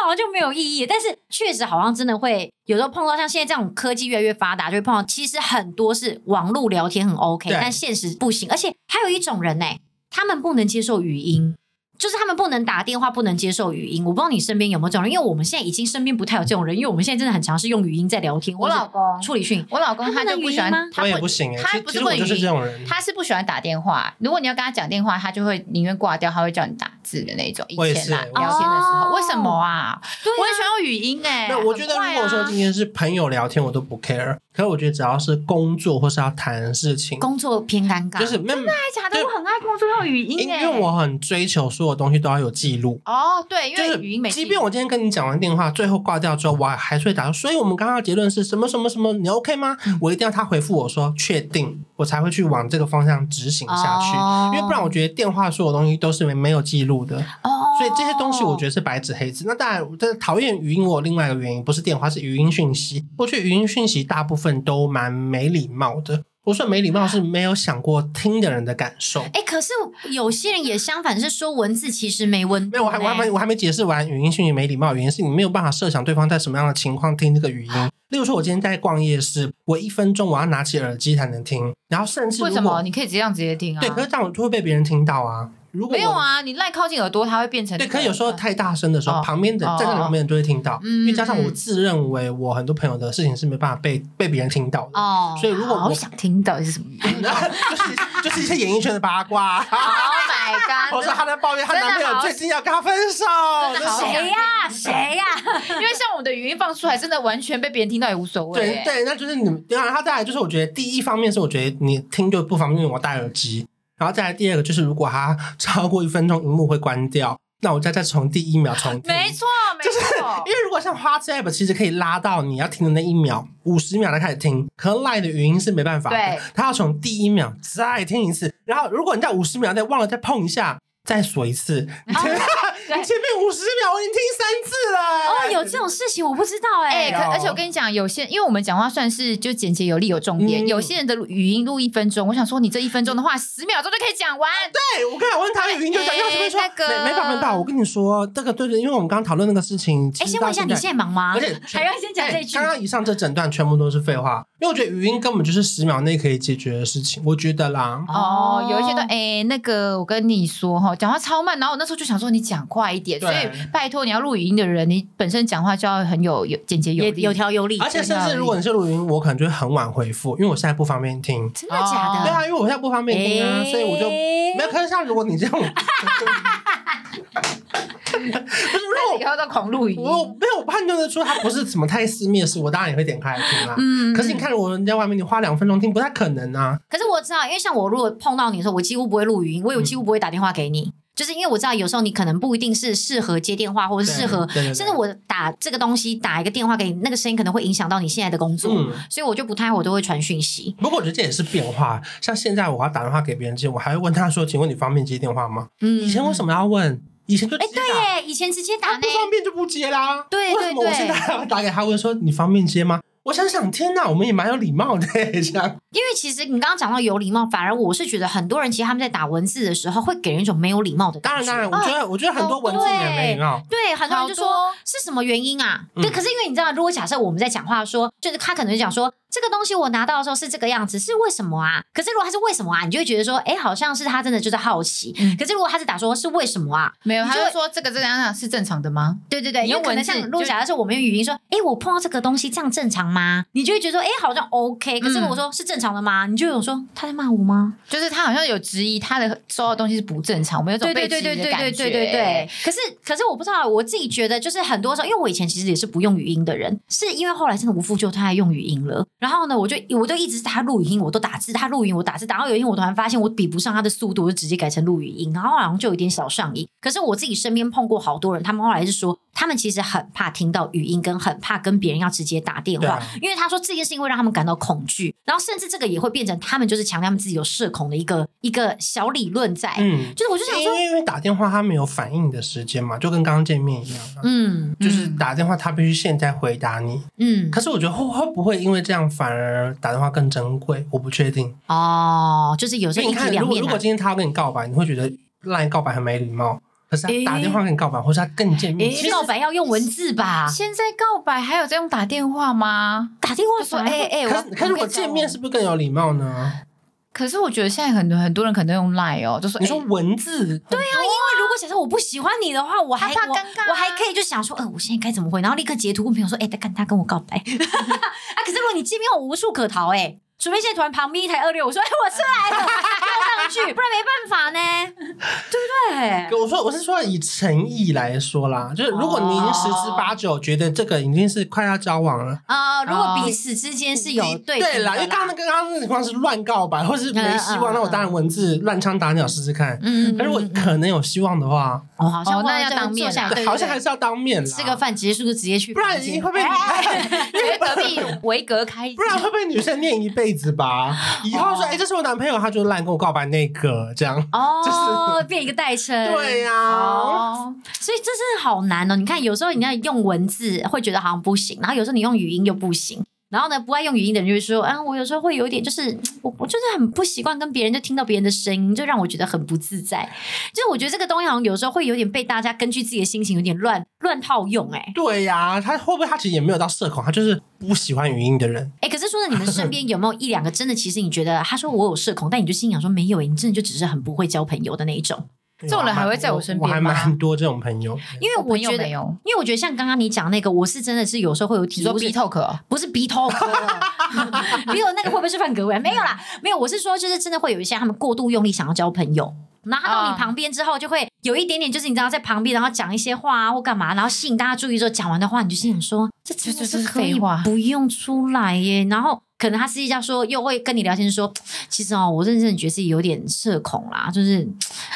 S1: 好像就没有意义。但是确实好像真的会有时候碰到像现在这种科技越来越发达，就会碰到其实很多是网络聊天很 OK，
S3: 对
S1: 但现实不行。而且还有一种人呢、欸他们不能接受语音。就是他们不能打电话，不能接受语音。我不知道你身边有没有这种人，因为我们现在已经身边不太有这种人，因为我们现在真的很常是用语音在聊天。
S2: 我老公，
S1: 处理讯，
S2: 我老公
S1: 他
S2: 他
S1: 不能
S2: 就不喜
S1: 语
S2: 欢
S1: 音吗，
S3: 我也
S2: 不
S3: 不行哎、
S2: 他
S3: 其
S2: 不
S3: 其
S2: 是
S3: 实我
S2: 会
S3: 就是这种人，
S2: 他是不喜欢打电话，如果你要跟他讲电话，他就会宁愿挂掉，他会叫你打字的那种。以
S3: 我也
S2: 前啦，
S3: 是
S2: 聊天的时候，
S1: 我也
S2: 为
S1: 是
S2: 什么啊？
S1: 对
S2: 我很喜欢用语音哎、
S3: 那我觉得，
S2: 很快
S3: 如果说
S2: 啊
S3: 今天是朋友聊天，我都不 care。可是我觉得只要是工作或是要谈的事情，
S1: 工作偏尴
S2: 啊
S1: 尬，
S3: 就是没有，
S2: 太假的，
S3: 对
S2: 我很爱工作用语
S3: 因
S2: 音哎、
S3: 为我很追求所有东西都要有记录。
S2: 哦，对，因
S3: 就
S2: 为
S3: 是
S2: 语音没记录，
S3: 即便我今天跟你讲完电话，最后挂掉之后，我还是会打。所以我们刚刚的结论是什么什么什么？你 OK 吗？
S1: 嗯
S3: 我一定要他回复我说确定，我才会去往这个方向执行下去。
S1: 哦
S3: 因为不然，我觉得电话所有东西都是没没有记录的，
S1: 哦
S3: 所以这些东西我觉得是白纸黑字。那当然，但讨厌语音，我有另外一个原因不是电话，是语音讯息。过去语音讯息大部分都蛮没礼貌的。我说没礼貌是没有想过听的人的感受。
S1: 哎、可是有些人也相反，是说文字其实没温度、欸
S3: 没有，我还我还没我还没解释完语音讯息没礼貌的原因是你没有办法设想对方在什么样的情况听这个语音。
S2: 啊
S3: 例如说，我今天在逛夜市，我一分钟我要拿起耳机才能听，然后甚至
S2: 为
S3: 如
S2: 什么
S3: 果
S2: 你可以直接这样直接听啊？
S3: 对，可是这样我就会被别人听到啊。如果
S2: 没有
S3: 我
S2: 啊，你赖靠近耳朵，它会变成
S3: 对，
S2: 那个
S3: 可是有时候太大声的时候，
S2: 哦
S3: 旁边的
S2: 哦
S3: 站在旁边的人都会听到，
S2: 嗯
S3: 因为加上我
S2: 嗯
S3: 自认为我很多朋友的事情是没办法被被别人听到的，
S1: 哦，
S3: 所以如果
S2: 好
S3: 我 *laughs*
S2: 想啊听到底是什么语音。
S3: 就是 *laughs* 就是一些演艺圈的
S2: *laughs*
S3: 八卦，啊
S2: Oh my
S3: 或
S2: god！
S3: 者她在抱怨她
S2: 真的
S3: 男朋友
S2: 好
S3: 最近要跟她分手，
S2: 真
S3: 这
S2: 的好
S3: 是
S1: 谁呀、谁呀、
S2: 因为像我们的语音放出来，真的完全被别人听到也无所谓。
S3: 对对，那就是你们。当然，他再来就是，我觉得第一方面是，我觉得你听就不方便，我戴耳机。然后再来第二个就是，如果它 *laughs* 超过一分钟，荧幕会关掉，那我再再从第一秒重听。
S2: 没错，没
S3: 就是 *laughs*
S2: 错
S3: 因。为如果像花痴 app，其实可以拉到你要听的那一秒，五十秒才开始听。可能 line 的语音是没办法的
S2: 对，
S3: 它要从第一秒再听一次。然后如果你在五十秒内忘了再碰一下，再锁一次。
S2: 啊
S3: 你
S2: *laughs*
S3: 前面五十秒我已经听三次了。
S1: 哦，有这种事情我不知道哎、
S2: 哎、可而且我跟你讲，有些因为我们讲话算是就简洁有力有重点，
S3: 嗯
S2: 有些人的语音录一分钟，我想说你这一分钟的话，十秒钟就可以讲完。
S3: 对，我刚才问他语音就讲，
S2: 哎
S3: 要是会说
S2: 那个
S3: 没没办法，没办法。我跟你说，这个对对，因为我们刚刚讨论那个事情，其
S1: 哎、
S3: 实
S1: 先
S3: 到
S1: 问一下，你现在忙吗？
S3: 而且哎
S1: 还要先讲这一句
S3: 刚，刚以上这整段全部都是废话，因为我觉得语音根本就是十秒内可以解决的事情，我觉得啦。
S2: 哦，有一些都
S1: 哦
S2: 哎、那个我跟你说哈，讲话超慢，然后我那时候就想说你讲快一点，
S3: 对
S2: 所以拜托你要录语音的人，你本身讲话就要很有有简洁有
S1: 也
S2: 力，
S1: 有条有理，哦
S3: 而且甚至如果你是录音，我可能就会很晚回复，因为我现在不方便听。
S1: 真的假的？
S3: 对啊，因为我现在不方便听啊，所以我就
S1: 哎
S3: 没有。可是像如果你这
S1: *laughs*
S3: 种，
S2: 那以后都狂录语音。
S3: 我没有判断得出它不是什么太私密的事，我当然也会点开来听啊。
S2: 嗯
S3: 可是你看，我人在外面，你花两分钟听，不太可能啊。
S1: 可是我知道，因为像我如果碰到你的时候，我几乎不会录语音，我有几乎不会打电话给
S3: 嗯
S1: 你，就是因为我知道有时候你可能不一定是适合接电话，或者
S3: 对
S1: 适合
S3: 对对对
S1: 甚至我打这个东西打一个电话给你，那个声音可能会影响到你现在的工作，
S3: 嗯
S1: 所以我就不太，我都会传讯息。
S3: 不过我觉得这也是变化。像现在我要打电话给别人之前，我还会问他说：“请问你方便接电话吗？”
S1: 嗯
S3: 以前为什么要问？以前就直
S1: 哎、
S3: 接打，
S1: 对耶，以前直接打
S3: 不
S1: 呢，
S3: 方便就不接啦。
S1: 对对
S3: 为什么我
S1: 对
S3: 现在还要打给他问说：“你方便接吗？”我想想，天哪，我们也蛮有礼貌的 *laughs* 这样。
S1: 因为其实你刚刚讲到有礼貌，反而我是觉得很多人其实他们在打文字的时候会给人一种没有礼貌的
S3: 当
S1: 感
S3: 然，
S1: 觉。啊
S3: 当
S1: 哦
S3: 然，我觉得我觉得很多文字也没礼貌，
S1: 对，很多人就
S2: 好
S1: 说
S2: 多
S1: 是什么原因啊？
S3: 嗯
S1: 对，可是因为你知道，如果假设我们在讲话说，就是他可能就讲说这个东西我拿到的时候是这个样子，是为什么啊？可是如果他是为什么啊，你就会觉得说，哎，好像是他真的就是好奇。
S2: 嗯
S1: 可是如果他是打说是为什么啊？
S2: 没有，
S1: 你
S2: 他
S1: 就
S2: 就说这个这样那样是正常的吗？
S1: 对对对，
S2: 你
S1: 因为
S2: 用
S1: 可能
S2: 文字
S1: 像如果
S2: 就
S1: 假设说我们用语音说，哎，我碰到这个东西这样正常吗？你就会觉得说，哎，好像 OK。可是如果
S2: 嗯
S1: 说是正常的吗？你就有种说他在骂我吗？
S2: 就是他好像有质疑他的收到的东西是不正常，我们有种
S1: 对
S2: 被
S1: 对
S2: 质
S1: 对
S2: 疑
S1: 对
S2: 的
S1: 对
S2: 感
S1: 对
S2: 觉。
S1: 对对对。可是可是我不知道，我自己觉得就是很多时候，因为我以前其实也是不用语音的人，是因为后来真的无父就太爱用语音了。然后呢，我就我都一直是他录语音，我都打字，他录语音我打字，打到有一天我突然发现我比不上他的速度，我就直接改成录语音，然后好像就有点小上瘾。可是我自己身边碰过好多人，他们后来是说，他们其实很怕听到语音，跟很怕跟别人要直接打电
S3: 对
S1: 话，
S3: 啊
S1: 因为他说这件事情会让他们感到恐惧，然后甚至这个也会变成他们就是强调他们自己有社恐的一个一个小理论在。
S3: 嗯，
S1: 哎就是我就想说
S3: 因，为因为打电话他没有反应的时间嘛，就跟刚刚见面一样啊、
S1: 嗯
S3: 就是打电话他必须现在回答你。
S1: 嗯，
S3: 可是我觉得会会不会因为这样反而打电话更珍贵？我不确定。
S1: 哦，就是有
S3: 所
S1: 这一
S3: 以你
S1: 体
S3: 看，
S1: 两
S3: 如果
S1: 面
S3: 如果
S1: 啊。
S3: 今天他要跟你告白，你会觉得赖告白很没礼貌。可是他
S1: 诶
S3: 打电话跟你告白，或是他跟你见面，其实
S1: 告白要用文字吧？
S2: 现在告白还有在用打电话吗？
S1: 打电话
S2: 就说
S1: 反而会
S2: 哎哎，
S3: 可
S2: 我
S3: 是可是如果见面是，不是更有礼貌呢？
S2: 可是我觉得现在很多很多人可能都用 Line 哦，就说
S1: 啊
S3: 你说
S2: 哎
S3: 文字对
S1: 对啊，因为如果假设我不喜欢你的话，我还
S2: 他怕
S1: 我
S2: 尴尬啊
S1: 我还可以就想说，呃，我现在该怎么回？然后立刻截图问朋友说，哎，他干他跟我告白 *laughs* 啊？可是如果你见面，我无处可逃哎。除非现在突然旁边一台二六，我说哎，我车来了，跟上去，不然没办法呢，对不对？
S3: 我说我是说以诚意来说啦，就是如果你已经
S1: 哦
S3: 十之八九觉得这个已经是快要交往了，
S1: 啊，如果彼此之间是有对
S3: 对
S1: 比的
S3: 啦，因为刚刚那个刚刚那个情况是乱告白或是没希
S1: 嗯
S3: 望，
S1: 嗯
S3: 那我当然文字乱枪打鸟试试看。
S1: 嗯，
S3: 可是我可能有希望的话，
S1: 哦，好像
S2: 哦
S1: 忘
S2: 那
S1: 了
S2: 要
S1: 这个
S2: 当
S1: 坐
S2: 面
S1: 下来
S2: 啊
S1: 对对
S3: 好像
S1: 对
S3: 还是要当面啦，
S1: 吃个饭结束就直哎接去
S3: 不
S1: 房
S3: 然
S1: 间，
S3: 你会被哎
S2: 因为哎隔壁维格开，
S3: 不然会被女生念一辈子吧？以后说，哎、这是我男朋友，他就烂跟我告白那个这样。
S1: 哦，变一个代称，
S3: 对呀、
S2: 哦，
S1: 所以这真的好难哦。你看，有时候你要用文字会觉得好像不行，然后有时候你用语音又不行。然后呢，不爱用语音的人就会说，啊，我有时候会有一点，就是我我就是很不习惯跟别人就听到别人的声音，就让我觉得很不自在。就是我觉得这个东西好像有时候会有点被大家根据自己的心情有点乱乱套用、哎
S3: 对呀、他会不会他其实也没有到社恐，他就是不喜欢语音的人。
S1: 哎，可是说呢，你们身边有没有一两个真的？其实你觉得他说我有社恐，但你就心想说没有、哎你真的就只是很不会交朋友的那一种。
S3: 这
S2: 种人还会在我身边
S3: 我还
S2: 吗
S3: 蛮多这种朋友。
S1: 因为我
S2: 朋
S1: 觉
S2: 友
S1: 得
S2: 没有，
S1: 因为我觉得像刚刚你讲那个，我是真的是有时候会有体
S2: 你
S1: 会，
S2: 说
S1: 不是
S2: B talk 哦
S1: 不是鼻
S2: *laughs*
S1: 头哥，鼻头那个会不会是范格伟？没有啦，没有，我是说就是真的会有一些他们过度用力想要交朋友。然后他到你
S2: 啊
S1: 旁边之后，就会有一点点，就是你知道在旁边，然后讲一些话啊或干嘛，然后吸引大家注意之后，讲完的话，你就心想说，这真的
S2: 这这
S1: 是
S2: 是
S1: 可以
S2: 废话
S1: 不用出来耶。然后可能他私底下说，又会跟你聊天说，其实哦，我认真的觉得自己有点社恐啦，就是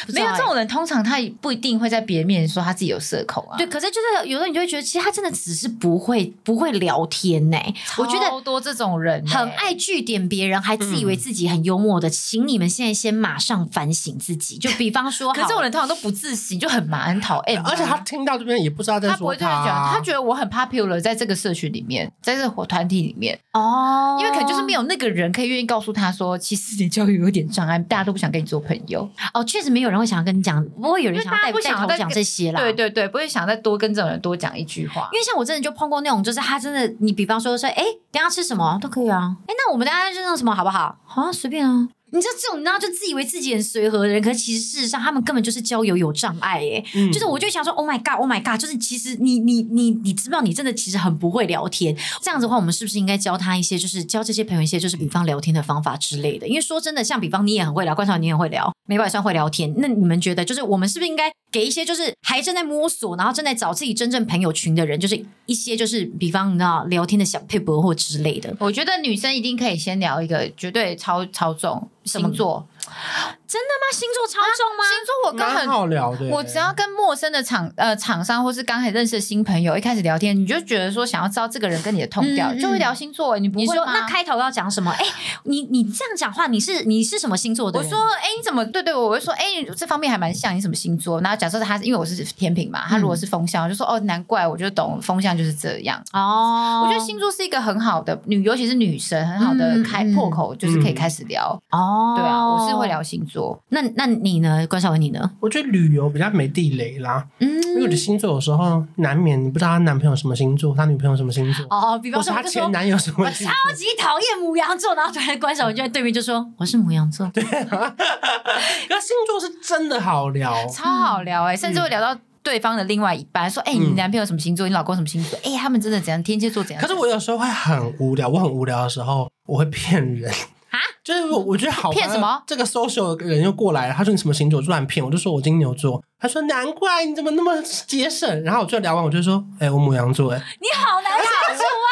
S1: 不知
S2: 没有
S1: 道欸
S2: 这种人，通常他也不一定会在别人面前说他自己有社恐啊。
S1: 对，，可是就是有时候你就会觉得，其实他真的只是不会不会聊天呢、我觉得。
S2: 多这种人欸
S1: 很爱据点别人，还自以为自己很幽默的，请你们现在先马上反省自己。就比方说好
S2: *laughs* 可
S1: 了，
S2: 是这种人通常都不自信，就很麻很讨厌啊。
S3: 哎而且他听到这边也不知道在
S2: 他不
S3: 说
S2: 会这样讲，
S3: 啊
S2: 他觉得我很 popular，在这个社群里面，在这个团体里面，
S1: 哦，
S2: 因为可能就是没有那个人可以愿意告诉他说，其实你教育有点障碍，大家都不想跟你做朋友。
S1: 哦，确实没有人会想要跟你讲，不会有人
S2: 因为
S1: 想要
S2: 大家
S1: 带
S2: 不
S1: 带
S2: 想
S1: 头
S2: 再
S1: 讲
S2: 跟
S1: 这些啦。
S2: 对对对，不会想再多跟这种人多讲一句话
S1: 因。为像我真的就碰过那种，就是他真的，你比方说说，哎，等一下吃什么都可以啊，哎，那我们等一下就弄什么好不好？好、啊，随便啊。你知道这种，你知道就自以为自己很随和的人，可是其实事实上他们根本就是交友有障碍耶、
S3: 嗯
S1: 就是我就想说，Oh my God，Oh my God，就是其实你你你你知不知道，你真的其实很不会聊天。这样子的话，我们是不是应该教他一些，就是教这些朋友一些，就是比方聊天的方法之类的？因为说真的，像比方你也很会聊，观察你也会聊，美宝也算会聊天。那你们觉得，就是我们是不是应该给一些就是还正在摸索，然后正在找自己真正朋友群的人，就是一些就是比方你知道聊天的小配博或之类的？
S2: 我觉得女生一定可以先聊一个绝对超超重
S1: 什么
S2: 星座，
S1: 那星座超重吗？
S2: 星座我跟
S3: 蛮
S2: 很
S3: 好聊的欸。
S2: 我只要跟陌生的厂呃厂商，或是刚才认识的新朋友，一开始聊天，你就觉得说想要知道这个人跟你的痛调，
S1: 嗯嗯
S2: 就会聊星座、欸你不会
S1: 你说
S2: 吗
S1: 那开头要讲什么？哎、你你这样讲话，你是你是什么星座的
S2: 我
S1: 人？
S2: 说，哎、你怎么对对我？我会说，哎、你这方面还蛮像，你什么星座？然后假设他是因为我是天平嘛，他如果是风象，我就说哦，难怪我就懂风象就是这样。
S1: 哦，
S2: 我觉得星座是一个很好的女，尤其是女生很好的
S1: 嗯
S2: 开、
S1: 嗯
S2: 破口，就是可以开始聊。
S1: 哦，
S2: 对啊，我是会。聊星座，
S1: 那那你呢，关晓雯？你呢？
S3: 我觉得旅游比较没地雷啦，
S1: 嗯，
S3: 因为有的星座有时候难免你不知道她男朋友什么星座，她女朋友什么星座，
S1: 哦，比
S3: 或
S1: 方
S3: 是
S1: 说
S3: 她
S1: 我就
S3: 前
S1: 说。
S3: 男友嗯什么
S1: 我
S3: 星
S1: 超
S3: 座。
S1: 级讨厌母羊座，然后突然关晓雯就在对面就说我是母羊座，
S3: 可是星座是真的好聊，
S2: 超好聊哎、甚至会聊到对方的另外一半，说哎、你
S3: 嗯
S2: 男朋友什么星座？你老公什么星座？哎、他们真的怎样？天蝎座怎样？
S3: 可是我有时候会很无聊，我很无聊的时候，我会骗人
S1: 啊，
S3: *laughs* 就是我我觉得好
S2: 骗什么？
S3: 这个 social 的人又过来了，他说你什么星座就乱骗，我就说我金牛座，他说难怪你怎么那么节省，然后我就聊完我就说，哎、我母羊座、哎，
S1: 你好难相处
S3: *laughs*
S1: 啊！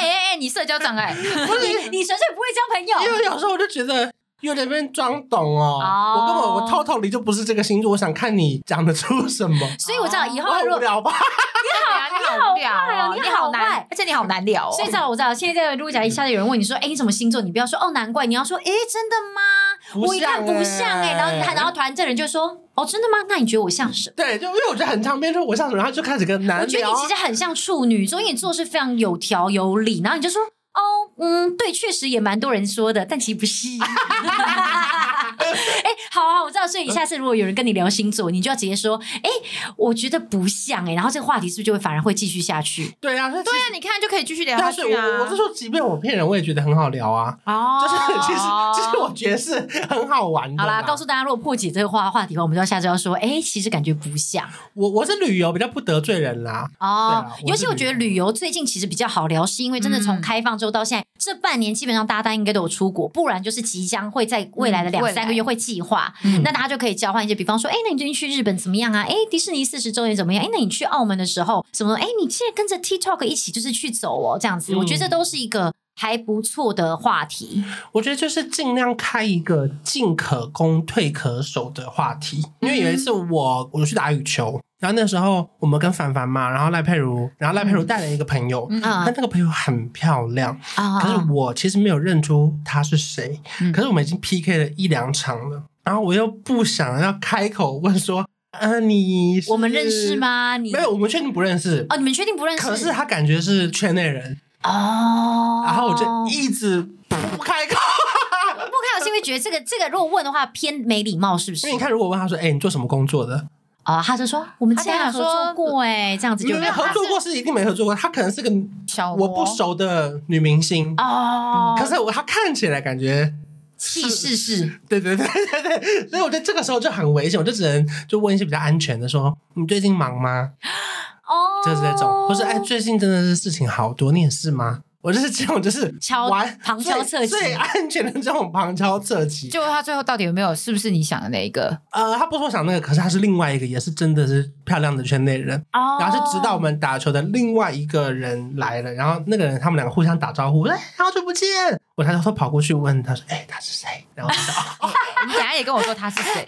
S2: 哎哎哎，你社交障碍，
S1: 你你纯粹不会交朋
S3: 因
S1: 友，
S3: 为有时候我就觉得。又在那边装懂哦，
S1: 哦
S3: 我根本我偷偷里就不是这个星座，我想看你讲得出什么。
S1: 所以我知道以
S3: 啊我
S1: 后
S3: 很
S1: 如
S3: 无
S1: 果
S3: 聊吧？ *laughs*
S2: 啊你好无聊哦，
S1: 你好坏哦
S2: 你好
S1: 你好
S2: 难
S1: 坏，
S2: 而且你好难聊哦。
S1: 所以知道我知道，现在如果假如下次有人问你说，哎、你什么星座？你不要说哦，难怪，你要说，哎、真的吗？
S3: 不
S1: 我一看
S3: 像
S1: 不像哎、
S3: 欸
S1: 然后他，然后突然这人就说，哦，真的吗？那你觉得我像什么？
S3: 对，就因为我觉得很长篇，就我像什么，他就开始跟男
S1: 我觉得
S3: 聊啊
S1: 你其实很像处女座，因为你做事非常有条有理，然后你就说。哦，嗯，对，确实也蛮多人说的，但其实不是。 *laughs* 哎、好啊，我知道，所以下次如果有人跟你聊星座，你就要直接说，哎、我觉得不像哎、然后这个话题是不是就会反而会继续下去？
S3: 对啊，对
S2: 对啊，你看就可以继续聊
S3: 但
S2: 下
S3: 是
S2: 去啊。
S3: 我我是说，即便我骗人，我也觉得很好聊啊。
S1: 哦
S3: 就是 *laughs* 其实啊其实我觉得是很好玩的。
S1: 好啦，告诉大家，如果破解这个话话题的话，我们就要下周要说，哎、其实感觉不像
S3: 我我是旅游比较不得罪人啦，
S1: 哦
S3: 对啊我是
S1: 尤其我觉得旅游最近其实比较好聊，是因为真的从
S2: 嗯
S1: 开放之后到现在、这半年，基本上大家应该都有出国，不然就是即将会在未来的
S2: 嗯
S1: 两
S2: 未来
S1: 三个月会计划。
S2: 嗯
S1: 那大家就可以交换一些，比方说，哎、那你最近去日本怎么样啊？哎、迪士尼四十周年怎么样？哎、那你去澳门的时候什么？哎、你现在跟着 TikTok 一起就是去走哦，这样子，
S3: 嗯
S1: 我觉得这都是一个还不错的话题。
S3: 我觉得就是尽量开一个进可攻退可守的话题。因为有一次
S1: 嗯
S3: 我我去打羽球，然后那时候我们跟凡凡嘛，然后赖佩如，然后赖佩如带了一个朋友，
S2: 嗯
S3: 她
S1: 啊
S3: 那个朋友很漂亮，
S1: 啊
S3: 可是我其实没有认出她是谁
S2: 嗯。
S3: 可是我们已经 PK 了一两场了，然后我又不想要开口问说，呃，你是
S1: 我们认识？吗？你
S3: 没有，我们确定不认识。
S1: 哦，你们确定不认识？
S3: 可是他感觉是圈内人，
S1: 哦，
S3: 然后我就一直不开口。
S1: 不开，我是因为觉得这个这个如果问的话偏没礼貌，是不是
S3: 因为？你看，如果问他说：“哎、你做什么工作的
S1: 哦，他就说我们之前
S2: 他
S1: 有
S2: 跟
S1: 合
S2: 他说
S1: 作过哎，这样？”子
S3: 没
S1: 就
S3: 有没有合作过是一定没合作过，他可能是个
S2: 小
S3: 我不
S2: 窝
S3: 熟的女明星。
S1: 哦，
S3: 可是我他看起来感觉，
S1: 气势是
S3: 对对对对对，所以我觉得这个时候就很危险，我就只能就问一些比较安全的说你最近忙吗？
S1: 哦，
S3: 就是这种，或是哎，最近真的是事情好多，你也是吗？我就是这种，就是
S1: 敲
S3: 玩
S1: 旁敲侧击
S3: 最最安全的这种旁敲侧击。
S2: 就他最后到底有没有是不是你想的那一 *laughs* 个？
S3: 呃，他不是我想那个，可是他是另外一个，也是真的是漂亮的圈内人。
S1: 哦，
S3: 然后是直到我们打球的另外一个人来了，然后那个人他们两个互相打招呼，哎，好久不见！我才偷偷跑过去问他说，哎，他是谁？然后我就说哦，
S2: 你等一下也跟我说他是 *laughs* 谁，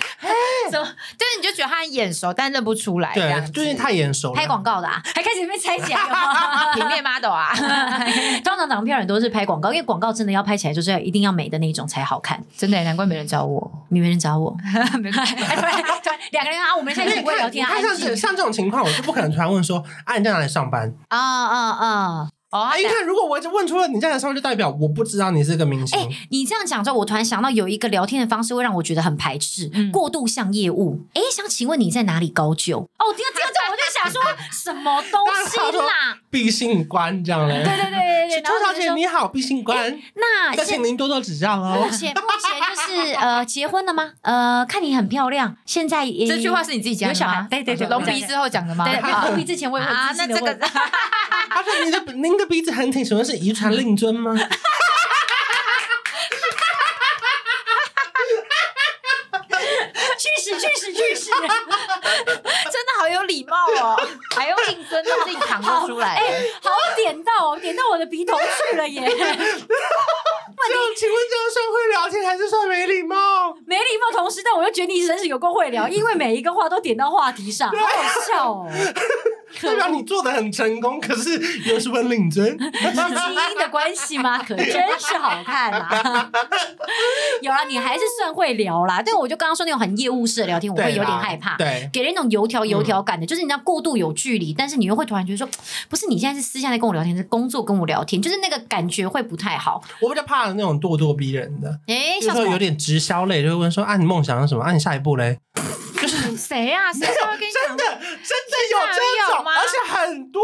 S2: 怎么？就是你就觉得他很眼熟，但认不出来。这样
S3: 对，
S2: 子
S3: 最近太眼熟了。
S1: 拍广告的啊，还开始被拆解了。
S2: *laughs* 平
S3: *laughs*
S2: 面 model *laughs* 啊，
S1: *laughs* 通常长得漂亮都是拍广告，因为广告真的要拍起来就是要一定要美的那种才好看。
S2: 真的耶难怪没人找我，
S1: 你没人找
S3: *laughs*
S1: 我， *laughs*
S2: 没关系。
S1: 哎突然突然两个人啊，我们现在就
S3: 因为
S1: 不会聊
S3: 你
S1: 天啊，
S3: 看
S1: 安
S3: 像
S1: 静
S3: 这像这种情况，我就不可能突然问说，啊，你在哪里上班？
S1: 啊啊啊！
S2: 哦，他
S3: 啊，因为如果我就问出了你在哪里上班，就代表我不知道你是个明星。
S1: 你这样讲之后，我突然想到有一个聊天的方式会让我觉得很排斥，
S2: 嗯
S1: 过度像业务。哎，想请问你在哪里高就？哦，第二第二种我就想说
S2: *laughs*
S1: 什么东西啦？
S3: 毕姓官这样嘞。
S1: 对对对对对，然
S3: 邱
S1: 后
S3: 小
S1: 你就
S3: 姐
S1: 说哎啊
S3: 你好，毕姓官，
S1: 那
S3: 再请
S1: 现。
S3: 您多多指教哦喽
S1: 目。 *laughs* 前
S2: 哦
S1: 目前就是呃结婚了吗？呃，看你很漂亮，现在也
S2: 这句话是你自己讲
S1: 有小
S2: 的
S1: 孩
S2: 吗？哦
S1: 对对对
S2: 隆鼻之后讲的吗？ *laughs*
S1: 对
S2: 啊
S1: 对，之前我也会
S2: 啊，那这个 *laughs*
S3: 他说您的您的鼻子很挺，请问是遗传令
S1: *laughs*
S3: 尊吗？
S1: 去死去死去死！
S2: *laughs* 真的好有礼貌哦，还用竞争自己扛不出来。
S1: 哎好点到哦，点到我的鼻头去了耶。
S3: 就请问这样算会聊天还是算没礼貌？
S1: 没礼貌，同时但我又觉得你真是有够会
S3: *laughs*
S1: 聊，因为每一个话都点到话题上，好好笑哦。
S3: 代表你做的很成功，可是又是问
S1: *laughs*
S3: 令尊，
S1: 是基因的关系吗？可真是好看啊！ *laughs* 有啦，你还是算会聊啦，但我就刚刚说那种很业务式的聊天，我会有点害怕。
S3: 对，嗯
S1: 给人一种油条油条感的，就是你知道过度有距离，但是你又会突然觉得说，啊不是你现在是私下在跟我聊天，是工作跟我聊天，就是那个感觉会不太好。
S3: 我比较怕那种咄咄逼人的，
S1: 哎、
S3: 有
S1: 像
S3: 时
S1: 什
S3: 候
S1: 么
S3: 有点直销类，就会问说啊，你梦想是什么？啊，你下一步嘞？
S2: 谁呀？谁会跟你
S3: 真
S2: 讲
S3: 的，？真的
S2: 真
S3: 有
S2: 的
S3: 这
S2: 有
S3: 种，
S2: 吗
S3: 而且很多，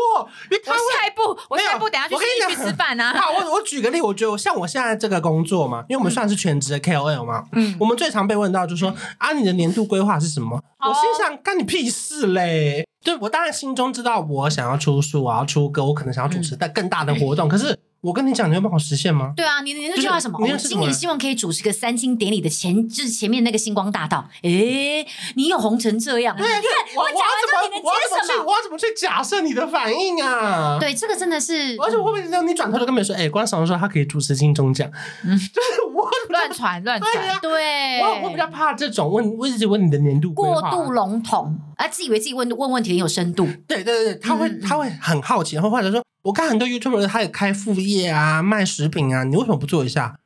S3: 因为他
S2: 我
S3: 会。
S2: 下一步，我下一步等下去
S3: 我跟你
S2: 一
S3: 讲
S2: 起去吃饭
S3: *laughs*
S2: 啊！
S3: 啊，我我举个例，我觉得我像我现在这个工作嘛，因为我们算是全职的 KOL 嘛，
S2: 嗯
S3: 我们最常被问到就是说啊，你的年度规划是什么？
S2: 哦
S3: 我心想干你屁事嘞！对我当然心中知道我想要出书，我要出歌，我可能想要主持但更大的活动，可是我跟你讲，你会帮我实现
S1: *laughs*
S3: 吗？
S1: 对啊，你你那
S3: 就是
S1: 句话什么？
S3: 你
S1: 我
S3: 那是什
S1: 今
S3: 么
S1: 年希望可以主持个三星典礼的前，就是前面那个星光大道。诶，你有红成这样啊？
S3: 对，我我
S1: 我讲完之后
S3: 要
S1: 你
S3: 怎
S1: 能
S3: 么我要
S1: 接
S3: 怎么
S1: 什
S3: 去
S1: 么
S3: 我要怎么去假设你的反应啊？。
S1: 对，这个真的是
S3: 而且会不会让你转头就跟别人说，哎、关晓彤说她可以主持金钟奖，
S2: 嗯
S3: 就是我
S2: 乱传乱
S3: 对啊
S2: 传
S3: 呀，
S1: 对，
S3: 我我比较怕这种问，我一直问你的年度规
S1: 哎过
S3: 划
S1: 度笼统，啊，自以为自己问问问题很有深度。
S3: 对对对，他会、
S1: 嗯嗯
S3: 他会很好奇，然后或者说，我看很多 YouTuber 他也开副业啊，卖食品啊，你为什么不做
S1: *laughs*
S3: 一下？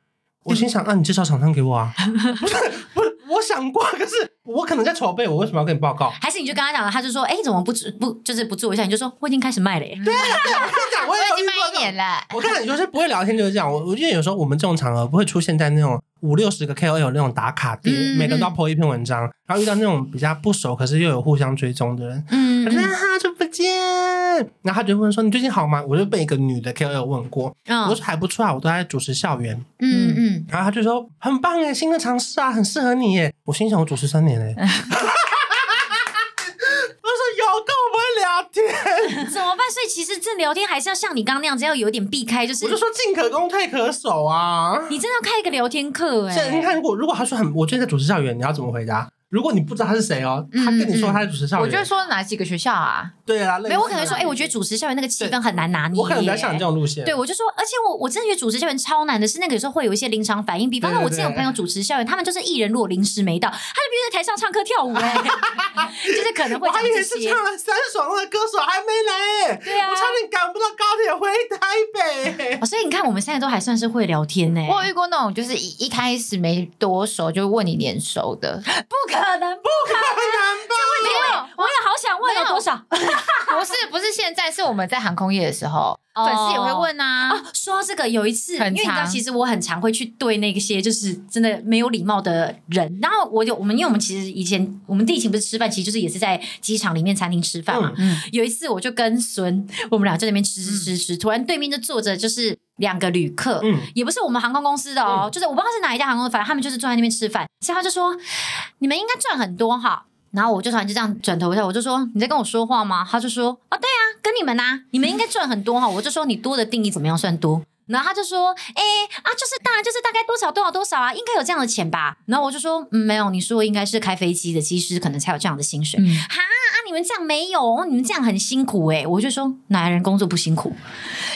S3: 我心想，那、你介绍厂商给我啊？不是，不是，我想过，可是我可能在筹备，我为什么要跟
S1: *laughs*
S3: 你报告？
S1: 还是你就跟他讲了，他就说：“哎，你怎么不不就是不做一下？”你就说：“我已经开始卖了耶。
S3: 对，我跟你讲，我也
S2: 我
S3: 有
S2: 已经
S3: 遇
S2: 卖
S3: 过
S2: 一
S3: 这种
S2: 年了。
S3: 我看你就是不会聊天就是这样，我我觉得有时候我们这种场合不会出现在那种五六十个 KOL 那种打卡点，
S1: 嗯
S3: 每个都要 po 一篇文章，然后遇到那种比较不熟可是又有互相追踪的人，
S1: 嗯
S3: 我说哈就不见，然后他就问说你最近好吗？我就被一个女的 KOL 问过，
S1: 嗯
S3: 我说还不错啊，我都在主持校园，
S1: 嗯嗯，
S3: 然后他就说很棒哎，新的尝试啊，很适合你耶。我心想我主持三年
S1: *laughs*
S3: 嘞。我说有空我们聊天，
S1: 怎么办？所以其实这聊天还是要像你刚刚那样子，要有点避开，就是
S3: 我就说进可攻退可守啊。
S1: 你真的要开一个聊天课哎、
S3: 现在你看，如果如果他说很，我最近在主持校园，你要怎么回答？如果你不知道他是谁哦，他跟
S1: 嗯
S3: 你说他在主持校园，
S2: 我就会说哪几个学校啊？
S3: 对啊，类似
S1: 没有，我可能说，
S3: 啊
S1: 哎、我觉得主持校园那个气氛很难拿捏耶。
S3: 我可能比较像你这种路线，
S1: 对，我就说，而且我我真的觉得主持校园超难的，是那个有时候会有一些临场反应。比方说，
S3: 对对
S1: 我之前有
S3: 对
S1: 朋友主持校园，他们就是艺人，如果临时没到，他就必须在台上唱歌跳舞、哎，就是可能会
S3: 我
S1: 讲
S3: 还以
S1: 这
S3: 为是
S1: 些。
S3: 唱了三爽的歌手还没来耶，
S1: 对啊
S3: 我差点赶不到高铁回
S1: *laughs*
S3: 台北。
S1: 哦，所以你看，我们现在都还算是会聊天呢、
S2: 我有遇过那种，就是一一开始没多熟就问你年熟的，
S1: 不
S2: *laughs*
S1: 可 *laughs* 能，不，
S3: *laughs*
S2: 没有，
S1: 我也好想问
S2: 没
S1: 有
S2: 有
S1: 多少
S2: 不是不是现在，是我们在航空业的时候，粉丝也会问啊。
S1: 啊。哦说到这个，有一次，因为
S2: 很
S1: 你知道，
S2: 长
S1: 其实我很常会去对那些就是真的没有礼貌的人。然后我有我们，因为我们其实以前我们地勤不是吃饭，其实就是也是在机场里面餐厅吃饭嘛。
S2: 嗯
S1: 有一次我就跟孙，我们俩在那边吃吃吃吃，突然对面就坐着就是两个旅客，
S3: 嗯，
S1: 也不是我们航空公司的哦，就是我不知道是哪一家航空，反正他们就是坐在那边吃饭，所以他就说你们应该赚很多哈。然后我就突然就这样转头一下，我就说你在跟我说话吗？他就说啊，对啊，跟你们呐、你们应该赚很多哈。我就说你多的定义怎么样算多？然后他就说，哎、啊，就是当然就是大概多少多少多少啊，应该有这样的钱吧。然后我就说，嗯，没有，你说应该是开飞机的机师可能才有这样的薪水。
S2: 嗯，
S1: 哈啊！你们这样没有，你们这样很辛苦哎、我就说，哪来人工作不辛苦？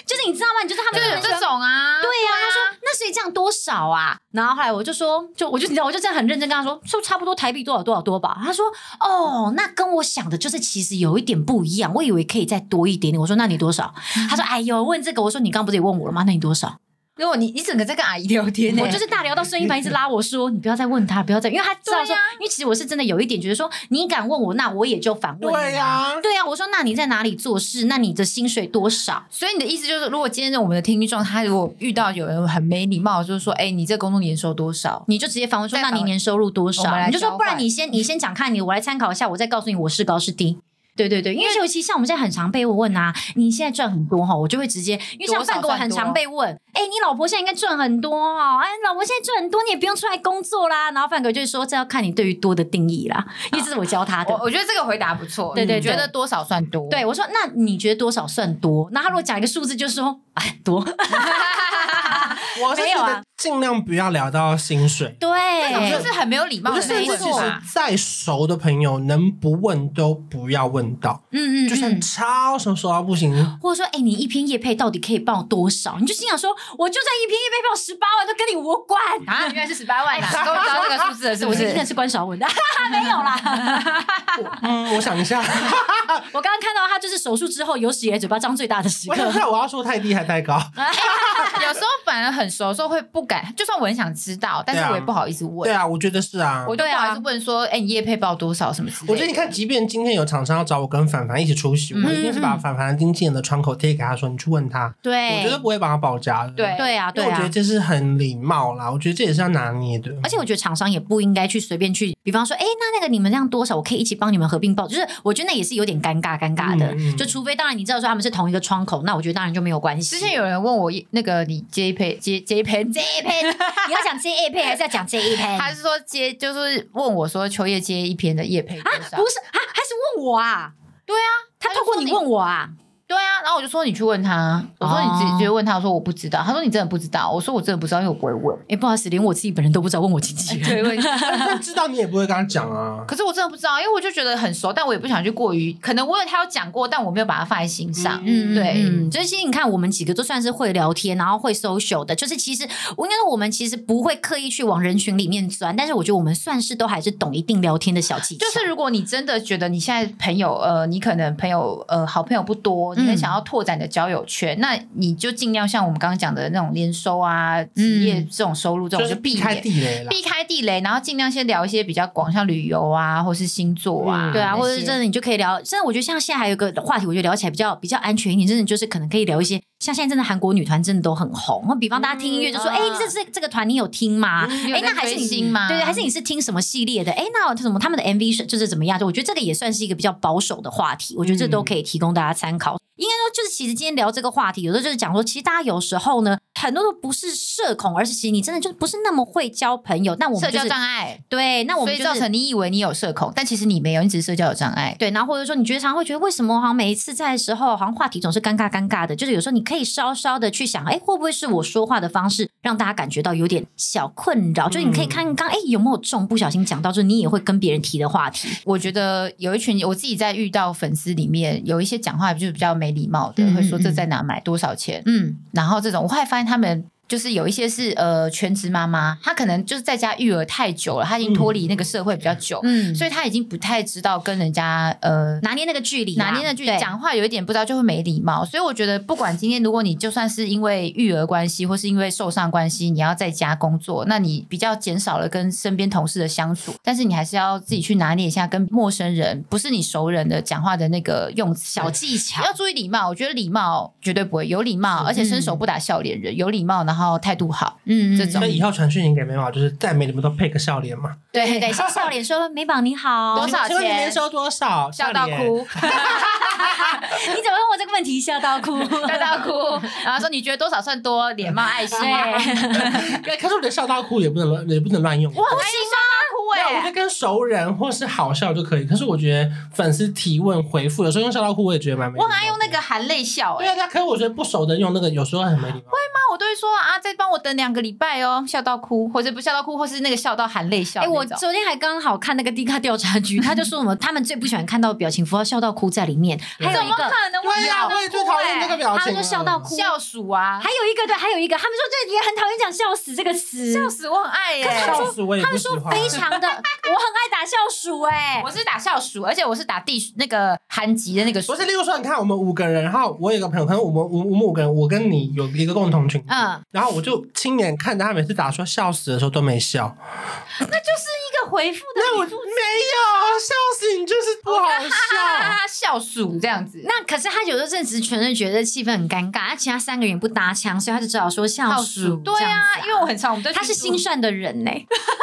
S1: 就是你知道吗？你就是他
S2: 就
S1: 们
S2: 是有
S1: 很喜
S2: 这
S1: 欢
S2: 种啊。
S1: 对呀、他说那所以这样多少啊？然后后来我就说，就我就你知道，我就真的很认真跟他说，说差不多台币多少多少多吧。他说哦，那跟我想的就是其实有一点不一样，我以为可以再多一点点。我说那你多少？
S2: 嗯
S1: 他说哎呦，问这个，我说你刚刚不是也问我了吗？那你多少？
S2: 如果你你整个在跟阿姨聊天呢，
S1: 我就是大聊到孙一凡一直拉我说，你不要再问他，不要再，因为他知道说，
S2: 对呀啊
S1: 因为其实我是真的有一点觉得说，你敢问我，那我也就反问
S3: 对
S1: 你啊。
S3: 呀，
S1: 对呀、我说那你在哪里做事？那你的薪水多少？
S2: 所以你的意思就是，如果今天我们的听众他如果遇到有人很没礼貌，就是说，哎、你这工作年收多少？
S1: 你就直接反问说，
S2: 再
S1: 那
S2: 反
S1: 你年收入多
S2: 我们
S1: 少？
S2: 来
S1: 你就说，
S2: 交换
S1: 不然你先你先讲看你，我来参考一下，我再告诉你我是高是低。对对对，因为尤其像我们现在很常被问啊，你现在赚很多哈，我就会直接，因为像
S2: 多少
S1: 范哥我
S2: 算
S1: 很
S2: 多
S1: 常被问，哎、你老婆现在应该赚很多哦，哎，老婆现在赚很多，你也不用出来工作啦。然后范哥就会说，这要看你对于多的定义啦，因为这是我教他的
S2: 啊我。我觉得这个回答不错，
S1: 对对
S2: 你觉
S1: 对
S2: 得多少算多？
S1: 对，我说，
S2: *laughs*
S1: 那你觉得多少算多？那他如果讲一个数字，就说，哎，多。
S3: 我是
S1: 没有
S3: 觉
S1: 啊
S3: 得尽量不要聊到薪水。
S2: 这
S1: 对
S2: 种，就是很没有礼貌
S3: 我
S2: 的
S3: 就
S2: 那
S3: 是
S2: 一
S3: 其
S2: 种
S3: 实
S2: 啊。
S3: 再熟的朋友，能不问都不要问到，
S1: 嗯嗯嗯
S3: 就是。超熟熟到
S1: *laughs*
S3: 不行。
S1: 或者说，哎、你一篇叶配到底可以报多少？你就心想说，我就算一篇叶配报十八万，都跟你无关。
S3: *laughs*
S2: 啊，原来是十八万啊！你终于知道这个数字了，是
S1: 我
S2: 不 *laughs*
S1: 今
S2: 是
S1: 天？是关晓雯的， *laughs* 没有
S3: *laughs*
S1: 啦。
S3: 我嗯，我想一下，
S1: 我刚刚看到他就是手术之后有史以来嘴巴张最大的时
S3: 我想一
S1: 刻。
S3: 下，我要说太低还太高。
S2: 有时候反而很熟的时候会不敢，就算我很想知道，但是
S3: 对啊
S2: 我也不好意思问
S3: 对，啊，我觉得是啊。
S2: 我就不好意思问说，哎，你业配报多少什么之类的。
S3: 我觉得你看，即便今天有厂商要找我跟凡凡一起出席，
S1: 嗯
S3: 我一定是把凡凡经纪人的窗口贴给他说，你去问他，
S1: 对
S3: 我觉得不会帮他报价的。
S2: 对
S1: 对啊，
S3: 因
S1: 对
S3: 为我觉
S1: 啊
S3: 得。这是很礼貌啦，我觉得这也是要拿捏的。
S1: 而且我觉得厂商也不应该去随便去，比方说，哎、那那个你们量多少，我可以一起帮你们合并报，就是我觉得那也是有点尴尬尴尬的。
S3: 嗯嗯
S1: 就除非当然你知道说他们是同一个窗口，那我觉得当然就没有关系。
S2: 之前有人问我那个你接一配接接一配接
S1: 这一篇， *laughs* 你要讲这一篇还是要讲这一篇？
S2: 他是说接，就是问我说秋叶接一篇的叶配
S1: *laughs*
S2: 多少？
S1: 不是啊，他是问我啊？
S2: 对啊，
S1: 他
S2: 就
S1: 透过
S2: 说
S1: 你问我啊？
S2: 对啊，然后我就说你去问他，我说你自己直接问他，我说我不知道，他说你真的不知道，我说我真的不知道，因为我不会问。
S1: 哎、不好意思，连我自己本人都不知道，问我经 *laughs* 纪人。
S2: 对，问。
S3: *laughs* 但知道你也不会跟他
S2: *laughs*
S3: 讲啊。
S2: 可是我真的不知道，因为我就觉得很熟，但我也不想去过于，可能我有他有讲过，但我没有把它放在心上。
S1: 嗯，
S2: 对
S1: 嗯，所以其实你看，我们几个都算是会聊天，然后会 social 的，就是其实我应该说，我们其实不会刻意去往人群里面钻，但是我觉得我们算是都还是懂一定聊天的小技巧。
S2: 就是如果你真的觉得你现在朋友呃，你可能朋友呃好朋友不多，你很
S1: 嗯
S2: 想要拓展你的交友圈，那你就尽量像我们刚刚讲的那种年收啊、职业这种收入这种
S3: 就是
S2: 避
S3: 避
S2: 免
S3: 开地雷啦，
S2: 避开地雷，然后尽量先聊一些比较广，像旅游啊，或是星座啊，
S3: 嗯
S1: 对啊，
S2: 那些
S1: 或者是真的你就可以聊。真的，我觉得像现在还有一个话题，我觉得聊起来比较比较安全一点。真的就是可能可以聊一些，像现在真的韩国女团真的都很红。那比方大家听音乐就说，
S2: 嗯
S1: 哎、这是这个团你有听吗？
S2: 你嗯有
S1: 哎、
S2: 在
S1: 那还是
S2: 追
S1: 你
S2: 星吗
S1: 对对，还是你是听什么系列的？哎、那什么他们的 MV 是就是怎么样？就我觉得这个也算是一个比较保守的话题，我觉得这都
S2: 嗯
S1: 可以提供大家参考。应该说，就是其实今天聊这个话题，有时候就是讲说，其实大家有时候呢，很多都不是社恐，而是其实你真的就是不是那么会交朋友。那我
S2: 社
S1: 们就
S2: 交
S1: 是
S2: 障碍。
S1: 对，那我
S2: 所
S1: 们
S2: 以
S1: 就
S2: 造
S1: 是
S2: 成你以为你有社恐，但其实你没有，你只是社交有障碍。
S1: 对，然后或者说你觉得常常会觉得为什么好像每一次在的时候，好像话题总是尴尬尴尬的，就是有时候你可以稍稍的去想，哎，会不会是我说话的方式让大家感觉到有点小困扰？就是你
S2: 嗯
S1: 可以看看，哎，有没有中不小心讲到，就是你也会跟别人提的话题。
S2: 我觉得有一群我自己在遇到粉丝里面有一些讲话就是比较没礼貌的，
S1: 嗯
S2: 会说
S1: 嗯
S2: 这在哪买多少钱，
S1: 嗯，
S2: 然后这种我后来发现他们。就是有一些是呃全职妈妈，她可能就是在家育儿太久了，她已经脱离那个社会比较久，
S1: 嗯
S2: 所以她已经不太知道跟人家呃
S1: 拿捏那个距离啊、
S2: 哪天的距离
S1: 对，
S2: 讲话有一点不知道，就会没礼貌。所以我觉得，不管今天如果你就算是因为育儿关系，或是因为受伤关系，你要在家工作，那你比较减少了跟身边同事的相处，但是你还是要自己去拿捏一下跟陌生人，不是你熟人的讲话的那个用词。
S1: 小
S2: *laughs*
S1: 技巧。
S2: 要注意礼貌，我觉得礼貌绝对不会有礼貌，而且伸手不打笑脸人，有礼貌，然后态度好，
S1: 嗯，
S2: 这
S1: 嗯
S2: 种
S3: 所以以后传讯息给美宝，就是再没你们都配个笑脸嘛。
S1: 对对对，先笑脸说美宝你好，
S2: 多少
S3: 请问你
S2: 钱
S3: 年收多少？
S2: 笑到
S3: 脸。
S2: 哭，
S1: 你怎么问我这个问题笑到
S2: *laughs*
S1: 哭？
S2: 笑到哭，然后说你觉得多少算多，脸冒爱
S3: *laughs*
S2: 心，
S1: 对，
S3: 哎，可是我的笑到哭也不能乱，也不能乱用。
S2: 不行吗？哭
S3: 没有，我
S2: 哎
S3: 觉。得跟熟人或是好笑就可以。可是我觉得粉丝提问回复，有时候用笑到哭，我也觉得蛮没。
S2: 我很爱用那个。含泪笑、
S3: 对
S2: 欸，哎，
S3: 啊，那可是我觉得不熟的用那个有时候很没礼貌。
S2: 那我都会说啊，再帮我等两个礼拜哦，笑到哭，或者不笑到哭，或是那个笑到含泪笑
S1: 哎、
S2: 那种。
S1: 我昨天还刚好看那个 D 卡调查局，他就说什么他们最不喜欢看到表情符号笑到哭在里面，还有一
S2: 怎
S1: 个
S2: 么可能？啊
S3: 对呀，我也最讨厌这个表
S1: 他
S3: 情
S1: 们
S3: 啊了。
S1: 就笑到哭，
S2: 哎笑鼠啊
S1: 还，有一个对，还有一个，他们说这也很讨厌讲“笑死”这个词，
S2: 笑死我很爱耶、
S3: 嗯笑死我也
S1: 他
S3: 不
S1: 们
S3: 喜
S1: 说
S3: 欢。
S1: 非常
S2: *laughs*
S1: 的，我很爱打笑鼠哎、
S2: 我是打笑鼠，而且我是打地那个韩籍的那个鼠
S3: 不，是，例如说，你看我们五个人，然后我有一个朋友，可能我们我我们五个人，我跟你有一个共同群，
S1: 嗯，
S3: 然后我就亲眼看着他每次打说笑死的时候都没笑，
S2: 那就是一个回复的
S3: 那我
S2: 礼
S3: 没
S2: 物
S3: 有笑死，你就是不好笑。
S2: 啊，笑鼠这样子。
S1: 那可是他有时候真的只是纯粹觉得气氛很尴尬，那其他三个人不搭腔，所以他就只好说笑鼠，
S2: 对啊，因为我很常我们都
S1: 他是
S2: 新
S1: 心
S2: 手，
S1: 善的人呢、 *laughs*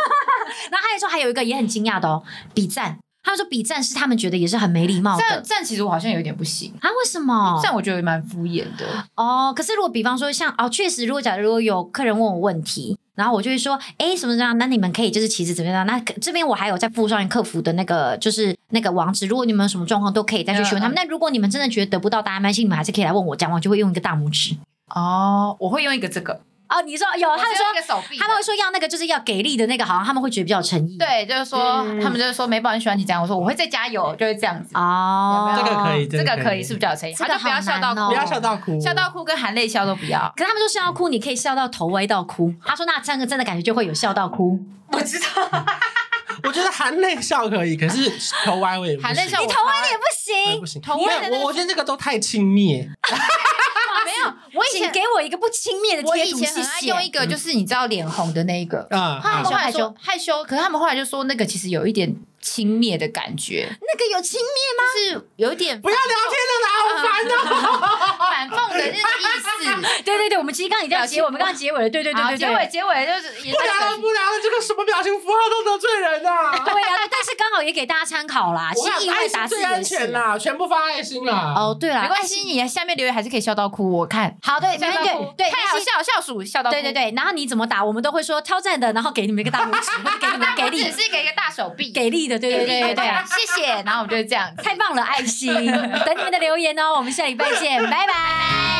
S1: 然后他也说还有一个也很惊讶的哦，比赞，他们说比赞是他们觉得也是很没礼貌
S2: 这样
S1: 的
S2: 这样其实我好像有点不行，
S1: 啊，为什么
S2: 这？样我觉得蛮敷衍的。
S1: 哦，可是如果比方说像哦，确实，如果假如如果有客人问我问题，然后我就会说，哎，什么什么样，那你们可以就是其实怎么样？那可这边我还有再附上客服的那个就是那个网址，如果你们有什么状况都可以再去询问
S2: 嗯
S1: 他们。那如果你们真的觉得得不到答案，没关系，你们还是可以来问我，讲完就会用一个大拇指。
S2: 哦，我会用一个这个，
S1: 哦，哦，你说有，
S2: 我
S1: 他们
S2: 是
S1: 说
S2: 用那个手臂的，
S1: 他们会说要那个就是要给力的那个，好像他们会觉得比较有诚意。
S2: 对，就是说
S3: 嗯
S2: 他们就是说美宝很喜欢你这样，我说我会再加油，就是这样子。
S1: 哦，
S3: *laughs* 这个可以，
S2: 这个可以是
S3: 是
S2: 比较有诚意，
S1: 这
S2: 他
S1: 个
S2: 就不要笑到
S1: 好难哦
S2: 哭，
S3: 不要笑到哭，
S2: 笑到哭跟含泪笑都不要。
S1: 可他们说笑到哭，你可以笑到头歪到哭。他说那这个真的感觉就会有笑到哭，
S3: 我觉得含泪笑可以，可是头歪我也不
S2: 含泪
S3: 行
S2: 笑我
S1: 你
S2: 超，
S1: 头歪你也不
S3: 我也
S1: 行
S3: 不。行，
S2: 头
S3: 没
S2: 歪的那
S3: 有我我觉得这个都太轻蔑，
S2: 没有，我以
S1: 请
S2: 前
S1: 给我一个不轻蔑的
S2: 我
S1: 贴
S2: 以
S1: 图，
S2: 前
S1: 谢
S2: 很爱
S1: 谢。
S2: 用一个，就是你知道脸红的那一个，嗯
S3: 啊
S2: 他们
S3: 啊
S2: 后来说害羞，可是他们后来就说那个其实有一点轻蔑的感觉，
S1: 那个有轻蔑
S2: 就是有一点
S3: 不要聊天了啦，好烦哦。
S2: *laughs* 反讽的那 *laughs* 个意思。
S1: 吗？对对对，我们其实刚刚已经要结尾，我们刚刚结尾了，对对对
S2: 好，
S1: 对对。
S2: 结尾结尾就是
S1: 哎
S2: 也
S3: 不聊了，不聊了，这个什么表情符号都得罪人
S1: *laughs*
S3: 呐、啊！
S1: 对啊，但是刚好也给大家参考啦，
S3: 我
S1: 心意
S3: 看
S1: 会
S3: 爱
S1: 打
S3: 心
S1: 字
S3: 最
S1: 也
S3: 安
S1: 是
S3: 全。啦，全部发爱心啦。
S1: 哦，对啦，
S2: 没关系，你下面留言还是可以笑到哭，我看。
S1: 好，对，没
S2: 笑到哭
S1: 对对，
S2: 太
S1: 但
S2: 好
S1: 是
S2: 笑，笑鼠笑到哭。
S1: 对对，对，然后你怎么打，我们都会说超赞的，然后给你们一个大拇指，或者给你们
S2: 但
S1: 给
S2: 我只
S1: 力
S2: 是给一个大手臂，
S1: 给力的，对对对对对，
S2: 谢谢。然后我们就这样子。
S1: 太棒了，爱心，等你们的留言哦，我们下礼拜见，拜拜